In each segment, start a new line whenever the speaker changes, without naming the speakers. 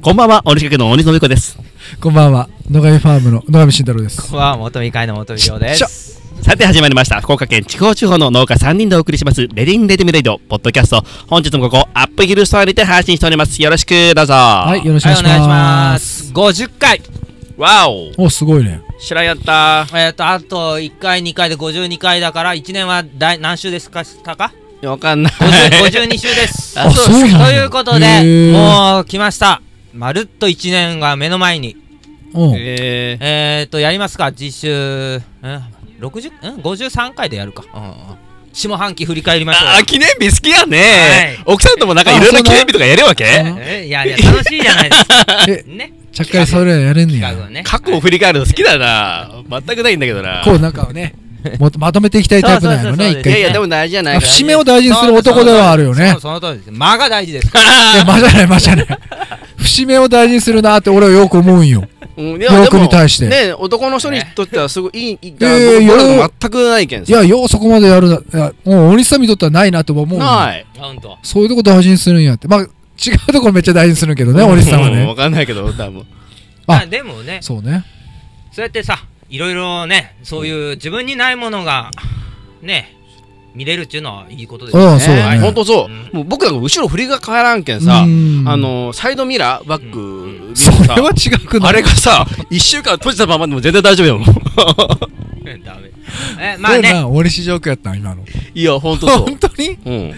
こんばんは、鬼掛けの鬼のみこです。
こんばんは野上ファームの野上慎太郎で
こ
す
こは元美会の元美亮です。
さて始まりました、福岡県地方地方の農家3人でお送りします、レディンレディメレイド、ポッドキャスト。本日もここ、アップヒルストアにて配信しております。よろしく、どうぞ。
は
はい
よろしくお
はい、
願いし
お願い
ま
しますす。50回。
わお
おすごいね
知らんやった
えっと、あと1回、2回で52回だから、1年はだい何週ですかしたか
わかんない。
50 52 週です。
あそう
です
と
か
いうこと
へ
で、
ー
もう来ました。まるっと1年が目の前に。
おう
えー、
えっと、やりますか、実習。うん60ん53回でやるか、うんうん下半期振り返りましょう
あー、記念日好きやね、奥さんともなんか
あ
いろいろ
そう
記
な
念日とかやるわけ
えいやいや楽しいじゃな いですか
え
ね
ちゃっかりそれやれんね
企画を
や
ね
過去を振り返るの好きだな全くないんだけどな
こうなんかをねもまとめていきたいタイプなんやろね
そうそうそう
い
一
そう
やい
回
や、
一
でも大事じゃない
回節目を大事にする男ではあるよね
そうその通りです間が大事です
いや間じゃない間じゃない節目を大事にするなって俺はよく思うんよ
うん
洋服に対して
ね男の人にとってはすごいいい、いい
えー
僕ら
洋
は全くないけん
いやようそこまでやるないやもう鬼さんにとってはないなとも思うよ
ない
本当
そういうとこ大事にするんやってまあ違うとこめっちゃ大事にするけどね鬼さんは
うんわ
ね
かんないけど多分
あ
まあでもね
そうね
そうやってさいろいろねそういう自分にないものがね見れるっていうのはいいことです
う
よ
んそうだ
ね
ね
本当そう
うん
もう僕なんか後ろ振りが変わらんけんさ
うん
あのサイドミラーバッ
う
グ
それは違くない
あれがさ1週間閉じたままでも全然大丈夫やもん
ダメえまあ
どう
ね
なん鬼市場区やったん今の
いや本当そう
本当に
うん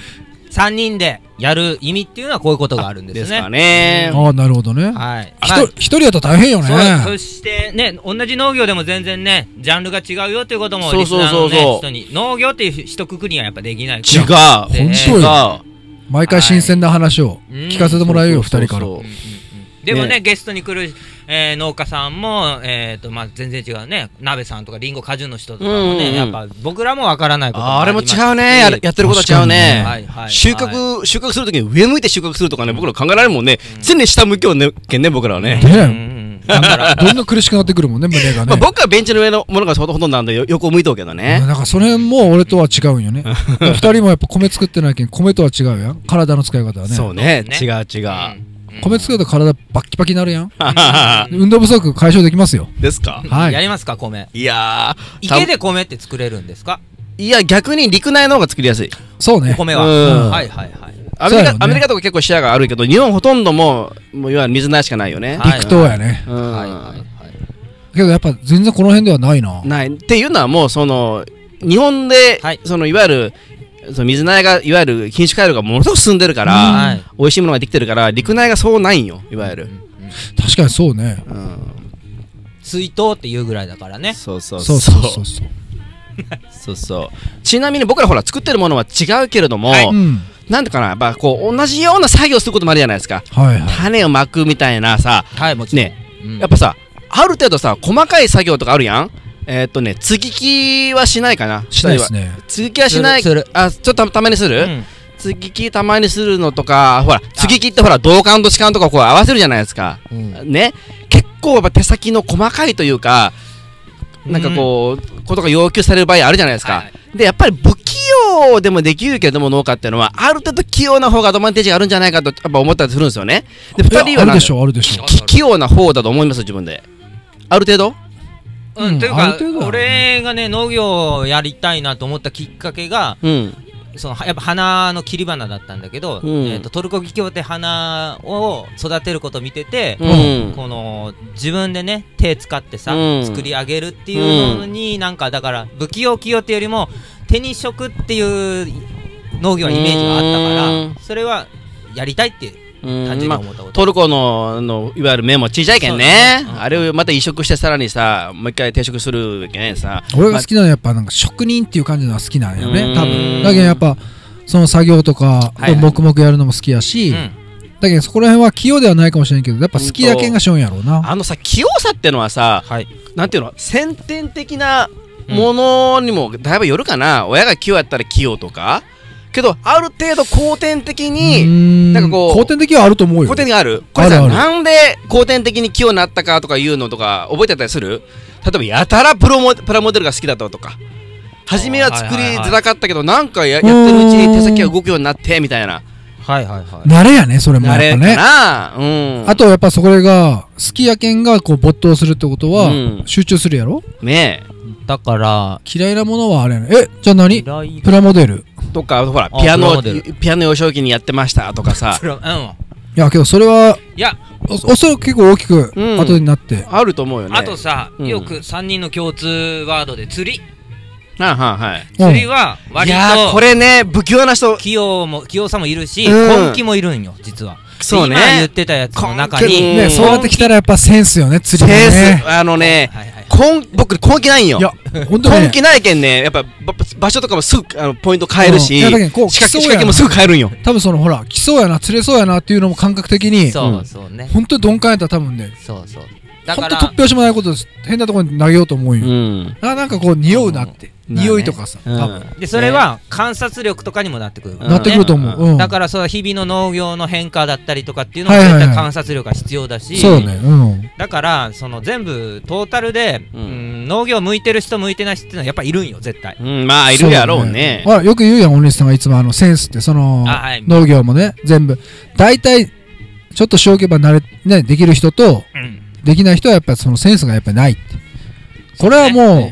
3人でやる意味っていうのはこういうことがあるんで
ですす
ね
かね
ああなるほどね
はい
一
まあ
人一人やったら大変よね
そうそしてね同じ農業でも全然ねジャンルが違うよということも
そう
リス
そう
ナー
そ
の
うそう
ね人に農業っていう一括りはやっぱできない
違う
で
本当
違う
よ毎回新鮮な話を聞かせてもらえよ
うん
二人から
そうそうそう
でもね
ね
ゲストに来る、えー農家さんも、えーとまあ、全然違うね鍋さんとかりんご果樹の人とかもね、
うんうんうん
やっぱ僕らもわからないこと
あーあれも違
う
うねやるやってることは違う
確
ね
か
はいはい
収穫収穫するときに上向いて収穫するとかね僕ら考えられるもんね常に下向きをねけんね僕らはね
ね
うんだから
どんどん苦しくなってくるも んね胸が
まあ
ね
僕はベンチの上のものがほとんどなんでよ横を向いとうけど
うん
ね
なんかその辺も俺とは違うん よね二人もやっぱ米作ってないけん米とは違うやん体の使い方はね
そうね
ね
違う違う
うん
米作ると体バッキバキになるやん
う
運動不足解消できますよ
ですか
は
やり
い
ますか米
いやーた
池で米って作れるんですか
いや逆に陸内の方が作りやすい
そう
お
ね
米は、
うん
はいはいはい
アメリカ、
そうやろうね
アメリカとか結構視野があるけど日本ほとんどもうもういわゆる水ないしかないよね
は
陸東やね
うん
はいはいはい
けどやっぱ全然この辺ではないな
ないっていうのはもうその日本で、
はい
そのいわゆるその水苗がいわゆる品種改良がものすごく進んでるから、
はい
美味しいものができてるから陸苗がそうないんよいわゆ
う
る、
んうん
確かにそうね
うん、
水筒っていうぐらいだからね
そうそ
そうう
そう
そうそうそう
そうそうちなみに僕らほら作ってるものは違うけれども、
うん
なんてかなやっぱこう同じような作業することもあるじゃないですか
はいはい
種をまくみたいなさ
はいもちろん
ね
うん
やっぱさある程度さ細かい作業とかあるやんえーっとね継ぎ木はしないかな
しな
二
いで
人は
すね
継ぎ木はしない
する
あちょっとたたまにする、
うん
継ぎ木たまにするのとかほら継ぎ木ってほら銅管と歯管とかこう合わせるじゃないですか、ね結構やっぱ手先の細かいというかなんかこう、ことが要求される場合あるじゃないですか、
はいは
でやっぱり不器用でもできるけども農家っていうのはある程度器用な方がアドバンテージがあるんじゃないかとやっぱ思ったりするんですよねで2
い
人
や
は
あ
なん
る
か
でしょあるでしょ
き器用な方だと思います自分である程度
う
うん
ん、という
ある
か
程度はね
俺がね農業をやりたいなと思ったきっかけが
うん
そのやっぱ花の切り花だったんだけど、
うん
えー、とトルコギキョウって花を育てることを見てて、
うん
この自分でね手使ってさ、
うん
作り上げるっていうのに、なんかだから不器用器用っていうよりも手に職っていう農業のイメージがあった
うん
からそれはやりたいって単
うん
純に
まあ
思ったこと、
トルコのあのいわゆる麺も小さいけんね
そうですねうん
あれをまた移植してさらにさもう一回定食するけんさ
俺が好きなのはやっぱなんか職人っていう感じのは好きなんや
うーん
ね多分だけどやっぱその作業とか
はいはい
黙々やるのも好きやし、
うん
だけどそこら辺は器用ではないかもしれんけどやっぱ好きやけんがしょんやろうな
あのさ器用さってのはさ
はい
なんていうの先天的なものにもだいぶよるかな、親が器用やったら器用とかけどある程度後天的
うー
に
ん
なんかこう
後天的はあると思うよ
後天的があるこれさ
あるある
なんで後天的に器用になったかとかいうのとか覚えてたりする例えばやたらプロモプラモデルが好きだったとか初めは作りづらかったけどなんかややってるうちに手先が動くようになってみたいな
はいはいはい
慣れやねそれもや
慣
っ
れ
ぱ
か
ね
な、うん、
あとやっぱそれが好きやけんがこう没頭するってことは、
うん
集中するやろ
ね
だから
嫌いなものはあれやねえじゃあ何
ライ
プラモデル
えとかほら
あ
ピアノ
プラモデ
ピアノ幼少期にやってましたとかさ
プラう
いやけどそれは
んいや
おおそらく結構大きく
うん
後になって、
あると思うよね
あとさ、
うん
よく3人の共通ワードで釣り
はあ、はあはい
うん
釣りは割
い
と
やーこれね不器用な人
器用も器用さもいるし、
うん
根気もいるんよ実は
そう
で今言っ
ね
てたやつの中
根気
に
うん
ねそうなってきたらやっぱセンスよね釣
セ
りも
ン
ね
スあのね
はいはい
こん僕根気ないんよ
いや本当に、
根
ね、
気ないけんねやっぱば場所とかもすぐあのポイント変える
うんい
し
やだけどこう
仕掛け仕
来そうや
掛
な
けもすぐ変えるんよ
多分そのほら来そうやな釣れそうやなっていうのも感覚的に
そうそうね、
本当に鈍感やったら多分ね
そうそうだ
本
か
当
ら
突拍子もないことです変なところに投げようと思う
う
よ、
ん
あなんかこう匂うなって、
うん
匂いとかさ、
うん
多分
でそれは観察力とかにもなってくるから
うん
なってくると思う、うん
だからその日々の農業の変化だったりとかっていうのも
はいはい
絶
は
対
い
観察力が必要だし、
そうねうん
だからその全部トータルで、
う
うんん農業向いてる人向いてない人っていうのはやっぱいるんよ絶対
うんまあいるやろうね
そだほらよく言うやん、お兄さんがいつもあのセンスって、その、
あはい
農業もね、全部。大体、ちょっとしおけばなれ、ね、できる人と、
うん
できない人はやっぱそのセンスがやっぱないって。これはも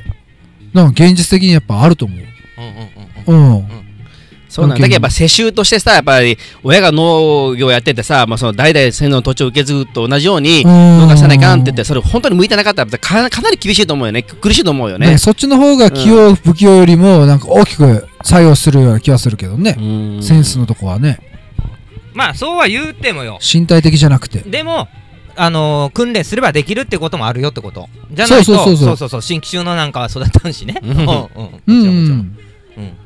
う、なんか現実的にやっぱあると思う。
うんうんうんうん
うん。
そうなんだ
関係な
だ
い
けどやっぱ世襲としてさやっぱり親が農業やっててさ、まあ、その代々先の土地を受け継ぐと同じように
うん
農家さないかんって言ってそれ本当に向いてなかったらかかなり厳しいと思うよね苦しいと思うよね
ね、そっちの方が器用、不器用よりも、なんか大きく作用するような気はするけどね。
うん
センスのとこはね、
まあそうは言うてもよ
身体的じゃなくて。
でもあのー訓練すればできるってこともあるよってことじゃないと
そうそうそうそう
そう新規収納なんかは育たんしね
う
うんんうんもち
うん
ろんもちろん、
うん
ん。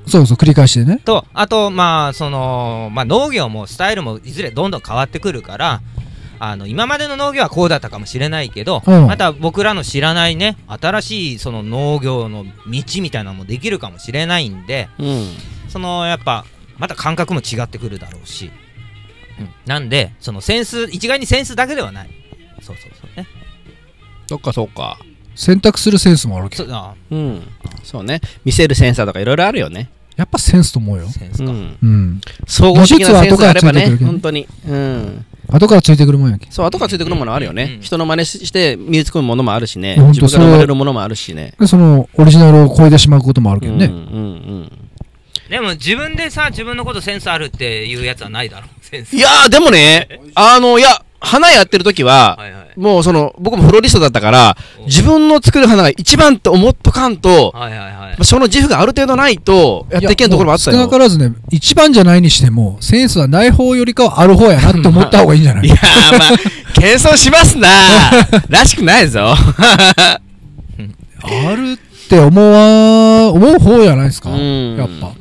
そうそう、繰り返してね。
とあとまあその、まあ、農業もスタイルもいずれどんどん変わってくるからあの今までの農業はこうだったかもしれないけど、
うん
また僕らの知らないね新しいその農業の道みたいなのもできるかもしれないんで
うん
そのやっぱまた感覚も違ってくるだろうし、うん、なんでそのセンス一概にセンスだけではないそうそうそうね
そっかそっか
選択するセンスもあるけど。
そうあ
うんそうね見せるセンサーとかいろいろあるよね、
やっぱセンスと思うよ。
センス
う
か、
ん、
うん。
総合的なセンスがあれば
技術は後からついてく
ね
るけどね
本当にうん
後からついてくるもんやけ。
そう後からついてくるものはあるよね、
うん
人の真似して身につくものもあるしね
いやほん
自
と
分
そ
か
う
ら生まれるものもあるしね
でそのオリジナルを超えてしまうこともあるけ
うん
ど
うんう
ね、
ん
でも自分でさ自分のことセンスあるっていうやつはないだろセンス
いやーでもねあのいや花やってる時は
はいはい
もうその僕もフロリストだったから
お
自分の作る花が一番って思っとかんと
はいはいはい
まあその自負がある程度ないとやっていけんところもあったよ
いやもう少なからずね一番じゃないにしてもセンスはない方よりかはある方やなって思った方がいいんじゃないい
やーまあ謙遜します なーらしくないぞ
あるって思わ思う方じゃないですか
うん
やっぱ、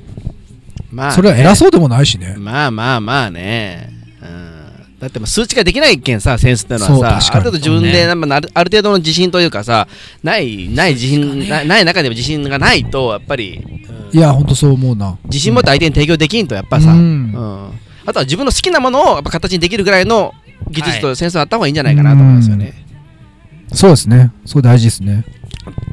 まあ
それは偉そうでもないしね、
まあまあまあね、うん、だってもう数値化できないけんさセンスっての
そう
は
確
さ
か
ある程
に
度自分でなんかなるある程度の自信というかさないない自信、なない中でも自信がないとやっぱり、うん
いやほんとそう思うな
自信持って相手に提供できんとやっぱさ、
うん
うんあとは自分の好きなものをやっぱ形にできるぐらいの技術とセンスがあった方がいいんじゃないかなと思うんですよね、
そうですねそう大事ですね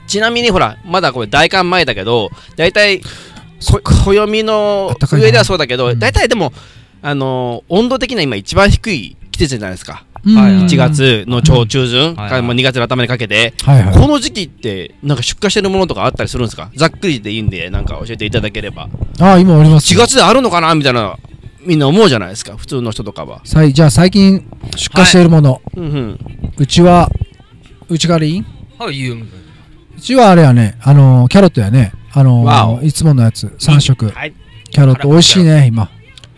ちなみにほらまだこれ大寒前だけど大体こ暦の
暖かいな
上ではそうだけど
うん
大体でも、あのー温度的な今一番低い季節じゃないですか
はいはい
1月の超中旬
はい
か、
はい
まあ、2月の頭にかけて、
はいはい
この時期ってなんか出荷してるものとかあったりするんですかざっくりでいいんでなんか教えていただければ
ああ今おります
4月であるのかなみたいなみんな思うじゃないですか普通の人とかは
さいじゃあ最近出荷しているもの、
うんうん
うちはうちからいい
はい言う
うちはあれやねあのーキャロットやねあ
わ
の
お
ーいつものやつ3色
はい
キャロット美味しいね今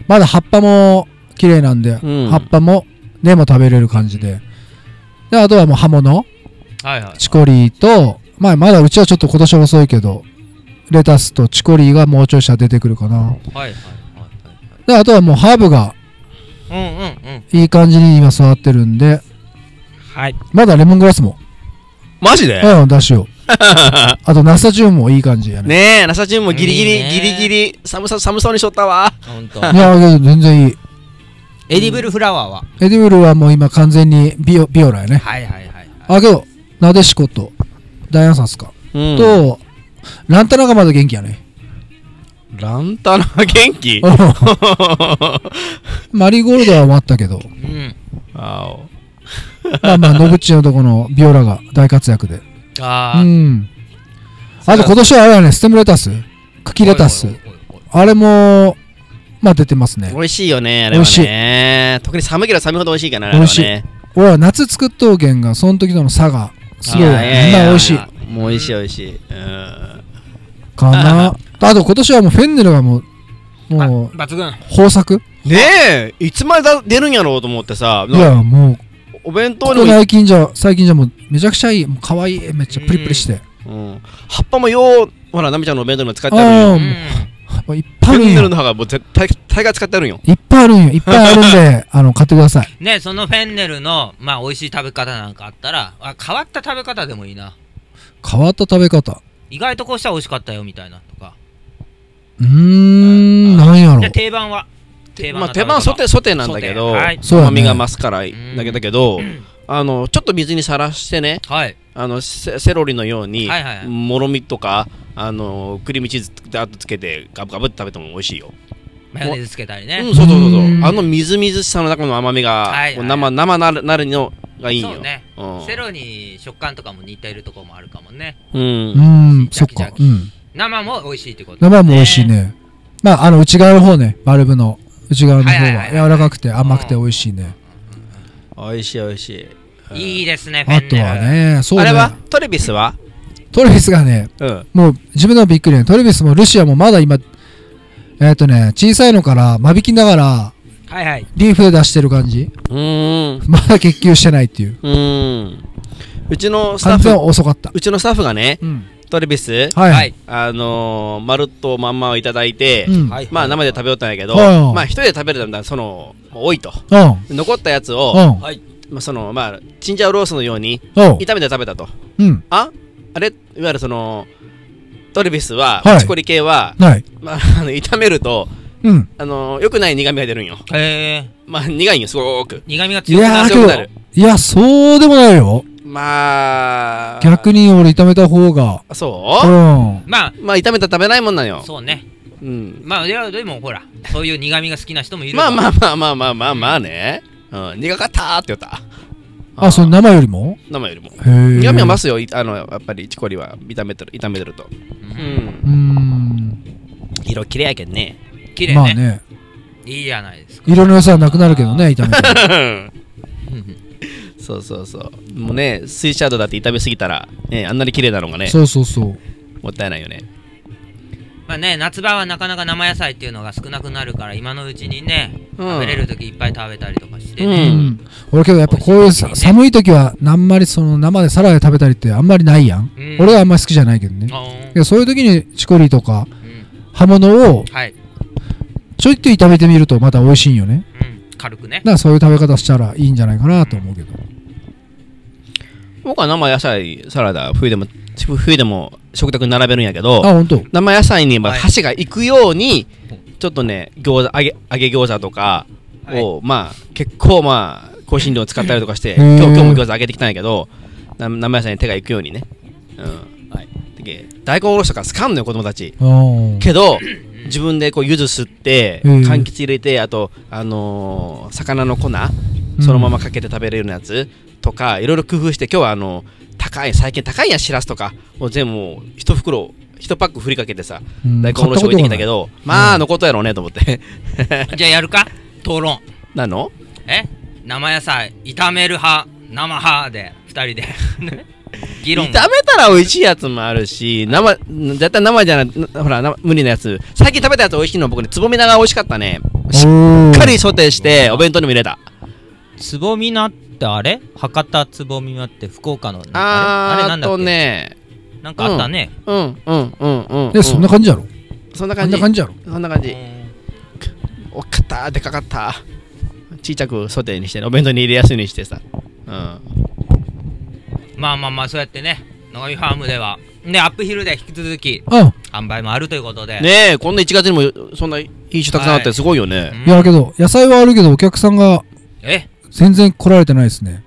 まだ葉っぱも綺麗なんで、
ん
葉っぱも根も食べれる感じでであとはもう葉物
はいはい
チコリーと、まあ、まだうちはちょっと今年は遅いけどレタスとチコリーがもうちょいしたら出てくるかな
はいはいはい
であとはもうハーブが
うんうんうん
いい感じに今育ってるんで
はい
まだレモングラスも
マジで
うん出し ようあとナスタチウムもいい感じやね
ねえナサチームもギリギリ
いいね
ギリギリ寒さ寒そうにしとったわ
ほんと
いやけど全然いい
エディブルフラワーは
エディブルはもう今完全にビオビオラやね
はいはいはい
あけどなでしことダイアンサスか
うん
と、ランタナがまだ元気やね。
ランタナ元気
うん マリーゴールドは待ったけど、
うん。
あ
まあまあ、野口のとこのビオラが大活躍で。う
あ
ん。あと今年はあれはね、ステムレタス、茎レタス
おいおい、おいおい
あれも、まあ出てますね。
美味しいよね、あれはね。特に寒ければ寒いほど美味しいからね、あ
美
れは
味しい
ね。
俺は夏作っとうけんが、その時との差が、すごい、
あ
今
ーややや
美味しい。
もう美味しい美味しい。うん。
かな。あと今年はもうフェンネルがもう、
あ
もう、
抜群。
豊作
ねえ、いつまで出るんやろうと思ってさ、
いや、もう、
お弁
こ
当に
こ
も、
最近じゃ、最近じゃもう、めちゃくちゃいい、もう可愛い、めっちゃプリプリして。
うん、葉っぱもよう、ほら、ナミちゃんのお弁当にも使ってあるんよ。
あ
う
あ、も
ん。
ういっぱい
フ
あるん
ェンネル
よ。
の葉がもう絶対、大概使ってあるんよ。
いっぱいあるんよ。いっぱいあるんで、あの、買ってください。
ねそのフェンネルの、まあ、美味しい食べ方なんかあったら、あ、変わった食べ方でもいいな。
変わった食べ方。
意外とこうしたら美味しかったよ、みたいなとか。
うーん、なんやろ
じゃあ。定番は定
まあ、
の
手間はソテー、ソテーなんだけど、
ソテーはい
そうやね
甘みが増すから
ん
だけだけど、あの、ちょっと水にさらしてね、
はい。
あの、セセロリのように
はいはいは、い
もろみとか、あの、クリームチーズダーッとつけて、ガブガブって食べても美味しいよ。
マヨネーズつけたり
う
ね。
ん、そうそうそうそう
う。ん
あのみずみずしさの中の甘みが、
はいはい
こう生生なるなるのがいいん
そ
よ。
うね。
うん、
セロに食感とかも似ているところもあるかもね。
う。
うんーん、そっか。うん。
生も美味しいってことだね
生も美味しい。ね。まあ、あの、内側の方ね。バルブの内側の方
はいはいは
は。
い
柔らかくて甘くて美味しいね。
美味しい美味しい。うん
いいですね、フ
あ
ェン
と
ネル。
はね、そう
あれは
ね。
トレビスは
トレビスがね、
うん。
もう自分でもびっくりね。トレビスもルシアもまだ今、えっとね、小さいのから間引きながら、
はいはい。
リーフで出してる感じ。
うーん。
まだ結球してないっていう。
うーん。うちのスタ
完全
ッフ、
遅かった。
うちのスタッフがね、
うん。
トレビス、
はい。
は
はいい。
あのー、まるっとまんまをいただいて、
うん。
はい
まあ生で食べよったんやけど、
はいはい
まあ一人で食べるんだその、もう多いと。
うん。
残ったやつ
う
を、
ん。
まあ、その、まあ、チンジャオロースのように、
うん
炒めて食べたと。
うん。
ああれいわゆるそのトレビスは、
はい
打ちこり系は、
ない。
まあ、あの炒めると
うん。
あのよくない苦みが出るんよ
え
まあ苦いんよすごく
ー、苦味が
い
強くな
や
る
ー、
強くな
け
る
ど、いや、そうでもないよ。
まあ
逆に俺炒めた方が。
そうう、
ん。
ま
まあ炒めたら食べないもんなん
あ、
よ
そうね。
う、ん、
まあ、いやでもほら、そういう苦味が好きな人もいる
まあま
あ。
あまあまあまあまあまあね、うん、苦かったーって言った
あ、その生よりも
生よりも
へえ。
苦みは増
す。
すよいあのやっぱりチコリは炒めてる炒めてると
う
うん
うんん。
色綺麗やけんね
綺麗
まあ
ね。
ね。
いいじゃないですか。
色の良さはなくなるけどね、炒め たら。
そうそうそうもうねスイシャードだって炒めすぎたら、ね、あんなに綺麗なのがね
そうそうそう。
もったいないよね
まあね、夏場はなかなか生野菜っていうのが少なくなるから、今のうちにね、
うん
食べれる時いっぱい食べたりとかして。
うん
うん。俺けどやっぱこういうさ
美味しいね
寒い時は、あんまりその生でサラダで食べたりってあんまりないやん。
うん
俺はあんまり好きじゃないけどね。
あー
いやそういう時にチコリーとか
うん
葉物を
はい。
ちょいっと炒めてみるとまた美味しいんよね。
うん。軽くね
だ。からそういう食べ方したらいいんじゃないかなと思うけど。
僕は生野菜サラダ冬でも冬でも食卓に並べるんやけど
あ、ほんと。
生野菜にまあ
はい
箸が行くようにちょっとね餃子揚げ揚げ餃子とかを、まあ結構まあ香辛料を使ったりとかして
へー
今日今日も餃子揚げてきたんやけどな生野菜に手が行くようにね、うんはい、で大根おろしとか好かんのよ子供たち
あー
けど自分でこう柚子吸って
うん
柑橘入れてあとあのー魚の粉
うん
そのままかけて食べれるようなやつとかいろいろ工夫して今日はあの高い最近高いやんしらすとかを全部もう一袋一パック振りかけてさ
うん
大根おろし置いてきたけどまあ残ったやろうねと思って
じゃあやるか討論。
なの
え生野菜、炒める派、生派で、二人で。議論
炒。めたら美味しいやつもあるし生絶対生じゃないほら生無理なやつ最近食べたやつ美味しいの僕ねつぼみ菜が美味しかったねし
おー
っかりソテーしてお弁当にも入れた
つぼみなってあれ博多つぼみなって福岡のあれあれな
あ
ん
ー
だっ
と
け、
ね
なんかあったね、
うんうんうんうん、う
で、そんな感じやろ。
そんな
あ
感
ん
じ
な感じやろ。
そんな感じ
う
おっかったでかかったちっちゃくソテーにしてお弁当に入れやすいようにしてさうん
んまあまあまあそうやってね野上ファームではねアップヒルで引き続き
うん。
販売もあるということで、
ねえこんな1月にもそんな品種たくさんあってすごいよね、
うん
いやけど、野菜はあるけど、お客さんが
え
全然来られてないですね。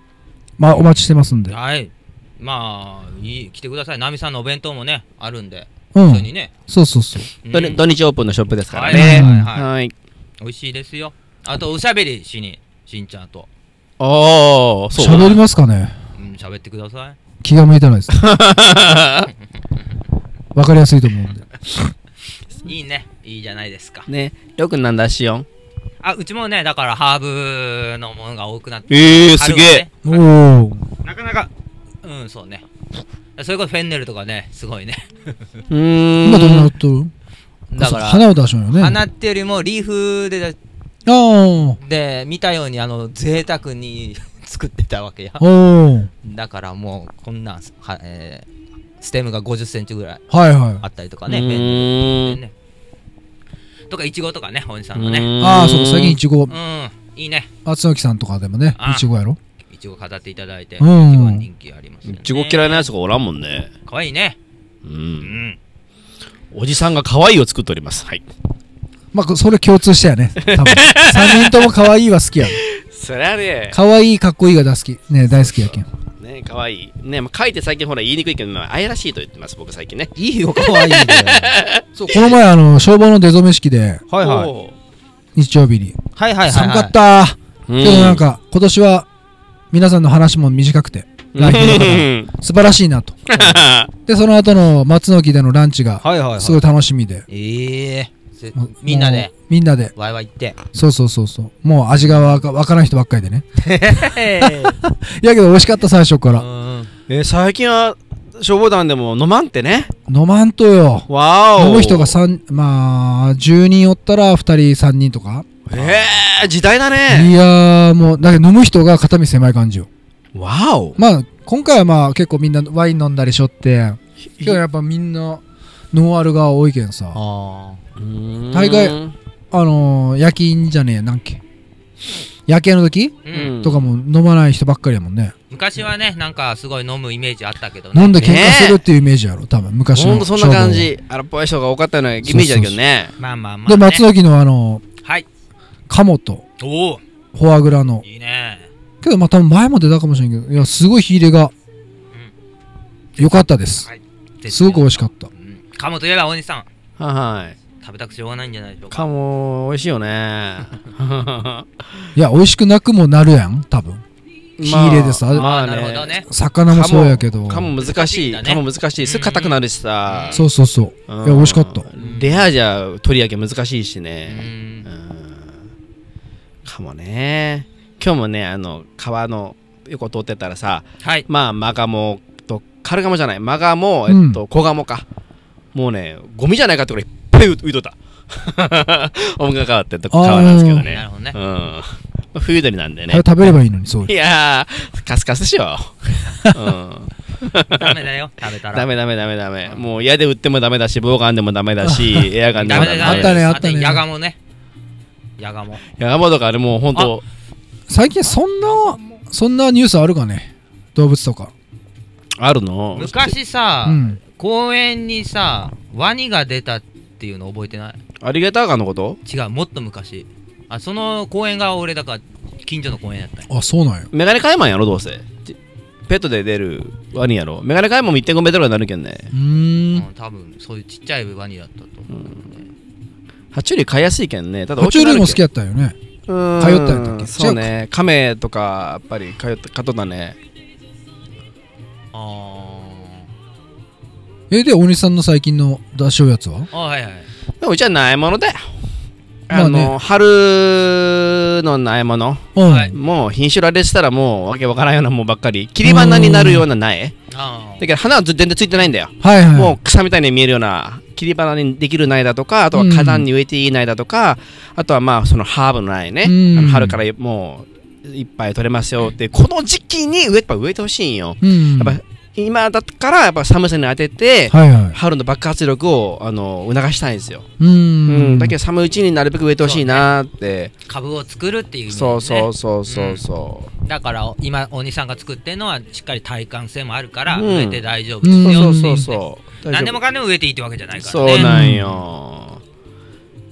まあ、お待ちしてますんで。
はいまあいい来てくださいナミさんのお弁当もねあるんで
う
普通に
ん。
ね、
そうそうそう。
うん
土日土日オープンのショップですから
はい
ね
はい
はい
はい美味しいですよあとおしゃべりしにしんちゃんと
ああ、そう。
喋りますかね
うん喋ってください
気が向いてないです。わかりやすいと思うんで。
いいねいいじゃないですか
ね、りょうくんなんだしよん。
あうちもねだからハーブのものが多くなって
ええ
春はね
おお。
なかなかうんそうねそれこそフェンネルとかねすごいね
え。うーん。
今どうなっとる
だから
花を出しよんよね。あ
花っていうよりもリーフで
あ。お
で見たようにあの贅沢に 作ってたわけや
お。
だからもうこんなんは、えーステムが5 0センチぐらい
はいはい。
あったりとか
う
ねフェンネル
ーん
ねとかイチゴとかね本さんのね
ああ、そうか、最近いちご
う、んいいね
厚木さんとかでもね、
あ
いちごやろ。
イチゴ飾っていただいて、
うん
イチゴは人気ありますよね
いちご嫌いなやつがおらんもんね。
かわいいね
う。
うんん
おじさんが可愛いを作っております。はい。
まあ、それ共通したよね。多分。3人とも可愛いは好きやろ。
そりゃね、
可愛い、かっこいいが大好き。ね、大好きやけん。
ね、可愛い。ね、まあ、書いて最近ほら言いにくいけど、まあ、愛らしいと言ってます、僕最近ね。
いいよ、かわいいんだよ
そう、この前、あの、消防の出初め式で、
はいはい。
おー
日曜日に。
はいはいはいはい。
寒かったー。
うん
けどなんか、今年は、皆さんの話も短くて、来賓の 方
うん
素晴らしいなと。で、その後の松の木でのランチが、
はいはいはい。
すごい楽しみで。
ええぜ
もう
みんなで。
もうみんなで。
ワイワイ言って
そうそうそうそう。もう味がわかわからん人ばっかりでね。
へへへ
いやけど美味しかった最初か
う
ら。
ん
えー最近は消防団でも飲まんってね。
飲まんとよ。
わお。
飲む人が三まあ、10人おったら2人3人とか。
えー、時代だ
い
ね。
やーもう、だけど飲む人が肩身狭い感じよ。
わお。
まあ、今回はまあ結構みんなワイン飲んだりしょって、今日やっぱみんなノンアルが多いけんさ。
あ
大概あのー、夜勤じゃねえ、なんけ。夜景の時
うん
とかも飲まない人ばっかりやもんね。
昔はねなんかすごい飲むイメージあったけどね
飲んで喧嘩するっていうイメージやろ、多分昔の。
ほんとそんな感。じ。荒っぽい人が多かったようなイメージだけどね。
まあまあまあ、ね、
で、松の木のあの、
はい
鴨と
おお
フォアグラの。
いいね
けど、まあ多分前も出たかもしれんけど、いや、すごい火入れが良かったです。すごく美味しか
っ
った。
たカモといえば大西さん
はいはい。
食べたくしょうがないんじゃないでしょうか
かも美味しいよね
いや、美味しくなくもなるやん、多分。 火入れでさ
ま
あ
あ
ーなるほ
ね
どね
魚もそうやけど。
かも難しい
難しいんだ
か
ね
も難しいすぐ硬くなるしさ
そうそうそう。
うん
いや美味しかった
レアじゃ取り上げ難しいし
う
ね
ん
うんかもね今日もねあの川の横通ってたらさ
はい
まあマガモとカルガモじゃないマガモ
うん
えっとコガモかもうねゴミじゃないかってくらいいっぱい 浮いとった音楽川ってとこ川なんですけどね
なるほ どね
うんまあ冬鳥なんでね
あれ食べればいいのに、そう。
いやー、カスカスしよう。うん、
ダメだよ食べた ら
ダメダメダメダメ。もう矢で撃ってもダメだし、防ガンで もダメだし、エアガンで
ダ
も
メ
ダメだし。
だよダメ
あったね
だよ
あったね
あとヤガもねヤガも
いやガモとかあれもう本当、
最近そんな、そんなニュースあるかね動物とか。
あるの。
昔さ、
うん。
公園にさワニが出たっていうの覚えてない
アリゲーターガンのこと
違うもっと昔あその公園が俺だから近所の公園やったよ
あ、そうなんや。
メガネカイマンやろ、どうせ。ちペットで出るワニやろ。メガネカイマンも1.5メートルになるけんね。
うー。
うんん多分そういうちっちゃいワニだったと思う、
爬虫類飼いやすいけんね。ただ
爬虫類も好き
や
やったよね。
通
通ったんやったっけ
そうね。カメとか、やっぱり通って、飼っとったね。
あ
え、で、大西さんの最近の出しようやつは
ーあはいはい
でもうちはないものだよ。
ま
あ
あね
の、春のないもの。
うん。
はい
もう品種られしたらもうわけわからんようなもんばっかり切り花になるような苗
あ
だ
ー
けど花はず全然ついてないんだよ、
はいはい。
もう草みたいに見えるような切り花にできる苗だとかあとは花壇に植えていい苗だとか、あとはまあそのハーブの苗ね、
うん
あの春からもういっぱい取れますよってこの時期に植えやっぱ植えてほしいんよ、
うん。
やっぱ今だからやっぱ寒さに当てて、
はいはい。
春の爆発力をあの促したいんですよ、
う
うん
ーん。
だけど寒いうちになるべく植えてほしいなーって
株を作るっていう意味、ね、
そうそうそうそうそう、
だから今鬼さんが作ってるのはしっかり体感性もあるから
うん
植えて大丈夫ですよ、
ん
そうそうそう。
何でも
か
かんでも植えていいってわけじゃないからね
そうなんよ。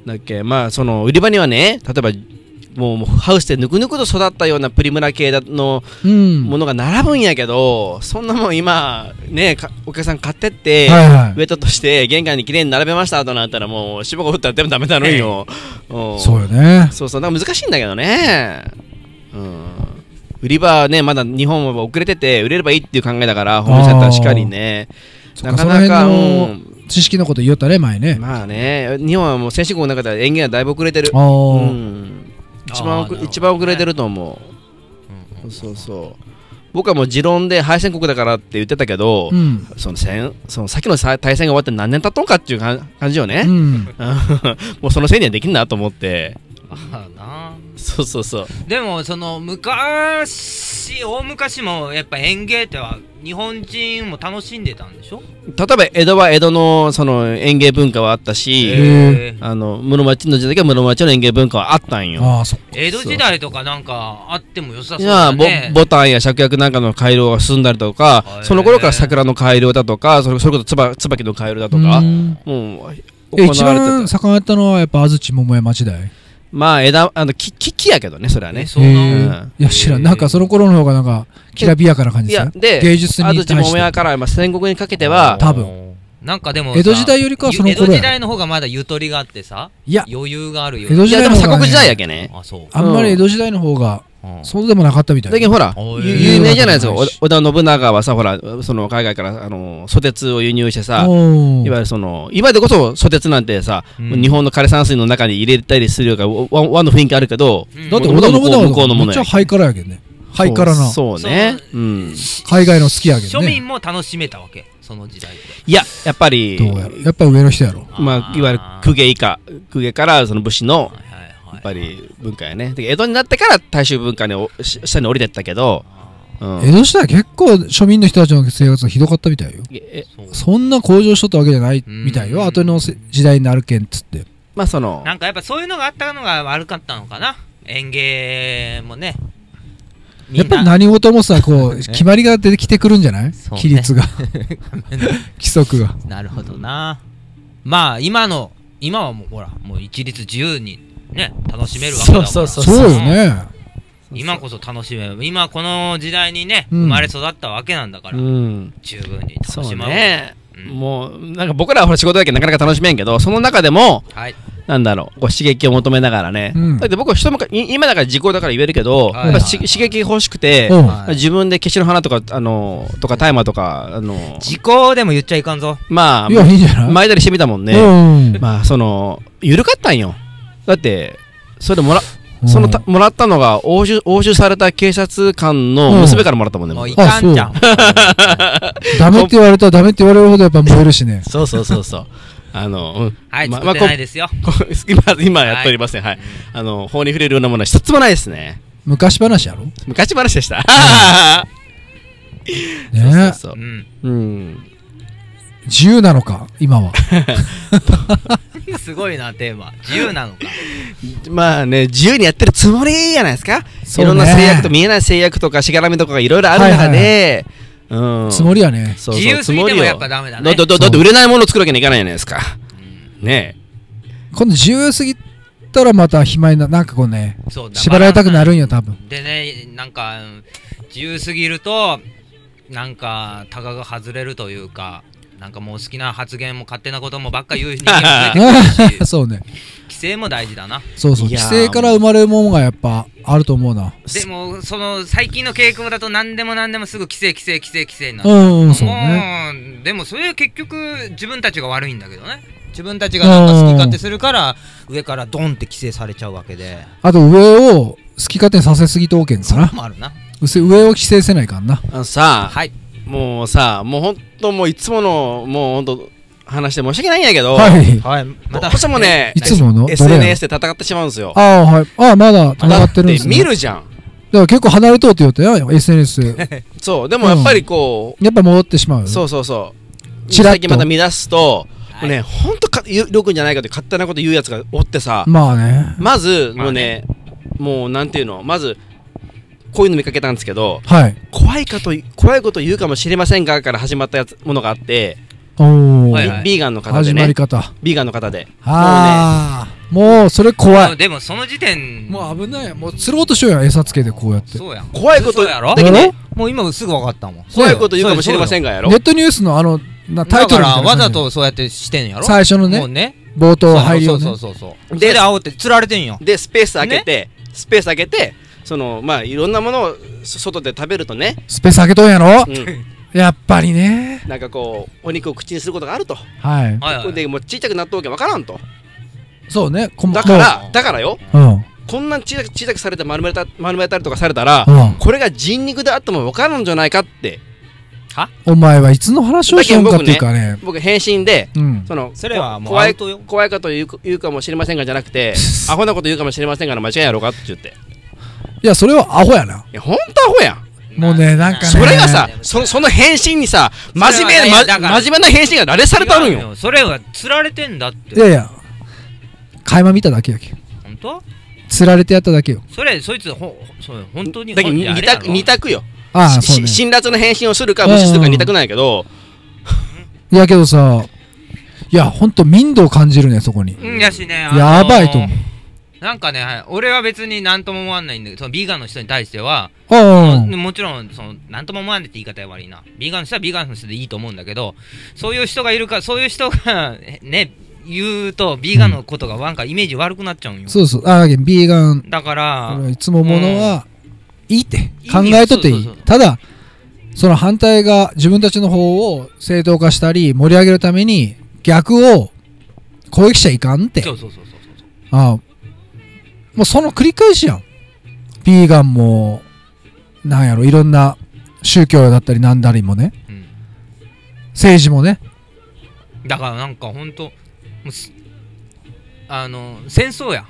だっけ、まあ、その売り場にはね、例えばもうもうハウスでぬくぬくと育ったようなプリムラ系だの
うん
ものが並ぶんやけど、そんなもん今ねかお客さん買ってって、
はいは
ウェットとして玄関に綺麗に並べましたとなったらもう芝が降ったらでもダメだろうよ、うん
いそうよね
そうそうだから難しいんだけどね、うん、売り場はねまだ日本は遅れてて売れればいいっていう考えだからホームセンターしかりね
そっ
な
か
か
その
な
辺
か
の知識のこと言おったね前
うん
ね
まあね日本はもう先進国の中では園芸はだいぶ遅れてる
あ
う
ー
ん一番
あーなるほ
遅
どね
一番遅れてると思うそうそう僕はもう持論で敗戦国だからって言ってたけど、
うん
その戦その先のさ大戦が終わって何年経っとんかっていうか感じよね、
うん
もうそのせいにはできんなと思って
ああなあ
そうそうそう
でもその昔大昔もやっぱ園芸っては日本人も楽しんでたんでしょ
例えば江戸は江戸のその園芸文化はあったし、
へえ
え
あの室町の時代は室町の園芸文化はあったんよ。
ああそっか
江戸時代とかなんかあっても良さそう
い
だ
やぼ
ね
ボタンや芍薬なんかの改良が進んだりとか
へ、え
その頃から桜の改良だとか、それそれこそつば椿の改良だとか、
うん
もう行
え
われて
一番
た。
盛んやったのはやっぱ安土桃山時代
まあ枝あの木木木やけどねそれはね。
そうなの
へーいや知らんなんかその頃の方がなんかきらびやかな感じ
い
です
や
ね
で
芸術に
安土
対し
桃
て
山からまあ戦国にかけては
多分
なんかでもさ
江戸時代よりかはその
江戸
頃
時
や
代の方がまだゆとりがあってさ
いや
余裕があるよ
江戸
い
時
や
代
でも
の方が
鎖
ね
国時代やけね。
あそう
あんまり江戸時代の方が
うん
そうでもなかったみたい
最
な
近ほら
お
ゆ
い
有名じゃないですか
おい
織田信長はさほらその海外からあの蘇鉄を輸入してさ
お
いわ
ー
ゆるその今でこそ蘇鉄なんてさ、
うん
日本の枯山水の中に入れたりするようなわ和の雰囲気あるけど、
うん
だって
も
俺
と
の
もと向こうのも
もめ
の
っちゃ
や
ハイカラやけんねハイカラな
そうそうねうん
海外の好きやけ
庶
どね
民も楽しめたわけその時代って
いややっぱり
どうやらやっぱ上の人やろ
ま
あ
あ
ー
いわゆる公家以下公家からその武士の
はいはいはい
やっぱり文化やねで江戸になってから大衆文化におし下に降りてったけど、うん
江戸時代結構庶民の人たちの生活がひどかったみたいよ
え
そう
そんな向上しとったわけじゃないみたいうよ
ん
後のせ時代になるけんっつって
まあその
なんかやっぱそういうのがあったのが悪かったのかな園芸もねみ
やっ
んな
ぱり何事もさこ う決まりが出てきてくるんじゃない
そうね
規律が規則が
なるほどな。
まあ今の今はもうほらもう一律自由にね楽しめるわけだか
そう
ら
そうそう
そうよね
今こそ楽しめる今この時代にね、
うん
生まれ育ったわけなんだか
う
ら、
ん
十分に楽
そう
しまう
ね
うん
もうなんか僕らはほら仕事だけどなかなか楽しめんけどその中でも
はい
なんだろうこう刺激を求めながらね、
うん
だって僕は人も今だから時効だから言えるけど、
はい
やっぱし刺激欲しくて、
うん
はい
自分で消しの花とかあのとか大麻とかあの
時効でも言っちゃいかんぞ。
ま
いや
あ
いいんじゃない
巻いたりしてみたもんね、
うん
まあその緩かったんよだってそれもら
うん
そのたもらったのが押収押収された警察官の娘からもらったもんね、
もう
僕
いかんじゃん。
ダメって言われたらダメって言われるほどやっぱ燃えるしね
そうそうそうそう あの、うん
はい、
ま
作ってないですよ、
こ う今今やっておりません、はいあの法に触れるようなものは一つもないですね
昔話 やろ
昔話でした、 そうそ
ね
うそう
うん、
うん、
自由なのか今は
すごいなテーマ自由なのか
まあね自由にやってるつもりじゃないですか、い
そうね
ろんな制約と見えない制約とかしがらみとかがいろいろある中で、うん、
つもりやね
そうそう
自由すぎてもやっぱダメだね
つもりよだだだだって売れないものを作るわけにいかないじゃないですかね
今度自由すぎたらまた暇にななんかこうね
そうだ
縛られたくなるんよ多分
でねなんか自由すぎるとなんかタガが外れるというかなんかもう好きな発言も勝手なこともばっか言う人間も増えてくる し
そうね
規制も大事だな
そうそう
いや
規
ー
制から生まれるもんがやっぱあると思うな
でもその最近の傾向だと何でも何でもすぐ規制規制規制規制になる
うんそうね
もうでもそれ結局自分たちが悪いんだけどね自分たちがなんか好き勝手するから
上からドンって規制されちゃうわけで。
あと上を好き勝手にさせすぎとおけんかな
もあるな
うせ上を規制せないかんな
あのさ、
はい
もうさもう本当もういつものもう本当話して申し訳ないんやけど、
はい
はい、
ど
また
う。してもね
いつ ものどれや
SNS で戦ってしまうんですよ
ああはいああまだ戦ってるんです
だって見
ね
るじゃん
だから結構離れとうって言うとよ SNS や
そうでもやっぱりこ
っぱ戻ってしまうよ
う、
ね
そうそうそう
ちらっと
最近また見出すと、もうねほんとかよよくんじゃないかって勝手なこと言うやつがおってさ、
まあね
まず
ま
も
あ
うね,、もうなんていうのまずこういうの見かけたんですけど
はい
怖いかと怖いこと言うかもしれませんがから始まったやつものがあって、
おお
はい
ビビーガンの方で
始ま
ね
り方
ビーガンの方で
ああもうそれ怖い
でもその時点
もう危ないもう釣ろうとしようよ餌つけてこうやって
そうやん
怖いこと
そうやろ
だけどね
もう今すぐ分かったもん
怖いこと言うかもしれませんがやろ
ネットニュースのあのなタイ
だ
ト
か
ルみ
ら
たいな
わ
感じ
ざ
で
とそうやってしてんやろ
最初のね
もうね
冒頭入り
そ
を
う
ね
そうそうそう
で
で煽って釣られてんよ
でスペース開けて、スペース開けてそのまあいろんなものをそ外で食べるとね、
スペース開けとんやろ
うん、
やっぱりね
なんかこうお肉を口にすることがあると、
はい
はいはい
でもうちっちゃくなっとうけわからんと
そうねこん
だか
も
ら
う
だからよ
うんうん
こんな小さく小さくされて丸めた丸めたりとかされたら、
うん
これが人肉であっても分からんじゃないかって
お前はいつの話をしようかっていうかね
僕返信で
うん
その
それはもう
怖
アウ
い
トよ
怖いこと言う言うかもしれませんがじゃなくて アホなこと言うかもしれませんがの間違いやろうかって言ってい
いやそれはアホやな
やほんとアホやん
もうねなんかね
それがさそその返信にさ真面目
それはね
な
だから
ま真面目な返信がられされたの
違う
よ
それは釣られてんだっ
い
て
やいや垣間見ただけやけ
本当
釣られてやっただけよ
それそいつほそう本当に
だけど
ほんいやあ
二
れやろ
択二択よ
ああ
し
そうね
し辛辣な返信をするか無視するか二択なんやけど
いやけどさいやほんと民度を感じるねそこに
うんやしね、
やばいと思う
なんかね俺は別に何とも思わないんだけどそのビーガンの人に対しては、
うん
もちろんその何とも思わないって言い方は悪いなビーガンの人はビーガンの人でいいと思うんだけどそういう人がいるかそういう人がね言うとビーガンのことがなんかイメージ悪くなっちゃうんよ、
そうそうああビーガン
だから
俺はいつもものは、いいって考えとっていい
いいねそうそうそう
ただその反対が自分たちの方を正当化したり盛り上げるために逆を攻撃しちゃいかんって
そうそうそうそうそう
ああもうその繰り返しやんビーガンもなんやろいろんな宗教だったりなんだりもね
うん
政治もね
だからなんか本当もうすあの戦争や、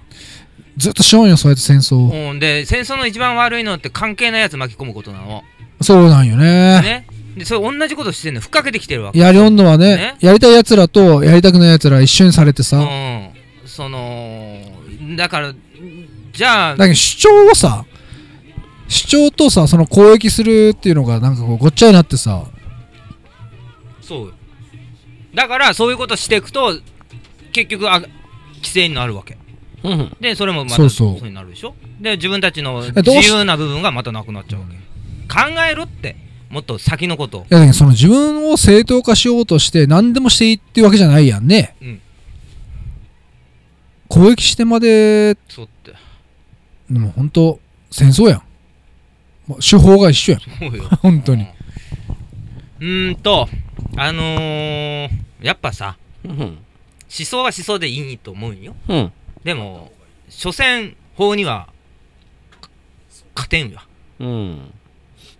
ずっとしようよそうやって戦争を
うん、で戦争の一番悪いのって関係ないやつ巻き込むことなの
そうなんよね
ねでそれ同じことしてんのふっかけてきてるわけ
やりおんのはね
ね
やりたいやつらとやりたくないやつら一緒にされてさ、
うんそのだからじゃあ
だけど主張をさ主張とさその攻撃するっていうのがなんかこうごっちゃになってさ
そうよだからそういうことしていくと結局あ規制になるわけ
うん
でそれもまた
そうそう
になるでしょで自分たちの
え
自
どうし
由な部分がまたなくなっちゃうわけ考えろってもっと先のことを
いやだけどその自分を正当化しようとして何でもしていいっていうわけじゃないやんね、
うん
攻撃してまでで
そうって
も本当戦争やんもう手法が一緒やん
そうよ
本当に
うんうーんとあのー、やっぱさ
うん
思想は思想でいいと思うんよ
うん
でも所詮法には勝てんよ
うん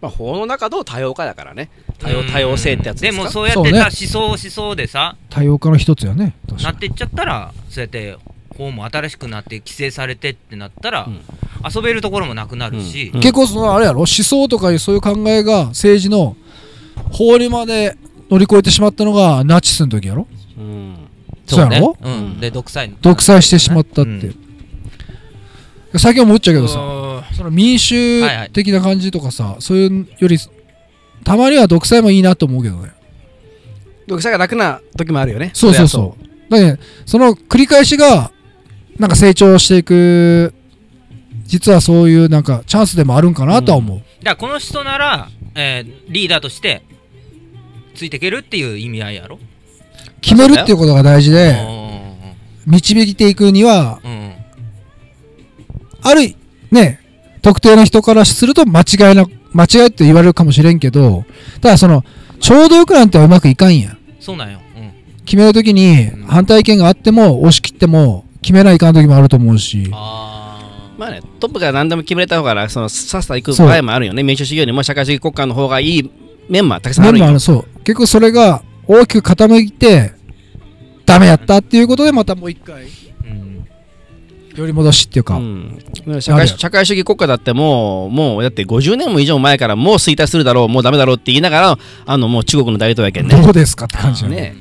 まあ法の中の多様化だからね多様多様性ってやつですか
もそうやって
そうね
さ、思想思想でさ
多様化の一つやね確か
な
に
っていっちゃったらそうやって法も新しくなって規制されてってなったら、
うん
遊べるところもなくなるし、
うん
結構そのあれやろ思想とかいうそういう考えが政治の法にまで乗り越えてしまったのがナチスの時やろ
うん
そうやろ
うね、うん、で独裁
独裁してしまったって、
うん
先ほども言っちゃうけどさ
さ
その民主
はいはい
的な感じとかさ、そういうよりたまには独裁もいいなと思うけどね
独裁が楽な時もあるよね
そうそうそうだけどその繰り返しがなんか成長していく実はそういうなんかチャンスでもあるんかなとは思う、
だからこの人なら、えーリーダーとしてついていけるっていう意味合いやろ、
決めるっていうことが大事で導いていくには
うんうんうん
あるね特定の人からすると間違いな間違いって言われるかもしれんけどただそのちょうどよくなんてはうまくいかんやん
そうなんよ、うん、
決めるときに
うん
反対意見があっても押し切っても決めないかん時もあると思うし
あー
まあね、トップが何でも決めれた方がそのさっさと行く場合もあるよね民主主義よりも社会主義国家の方がいい面もたくさん
メ
あ
ン
る
バー
よ
のそう結構それが大きく傾いてダメやったっていうことでまたもう一回
うん
寄り戻しっていうか、
うん、社会
ある
社会主義国家だってもうもうだって50年も以上前からもう衰退するだろうもうダメだろうって言いながらあのもう中国の大統領やけんね
どうですかって感じよ
ね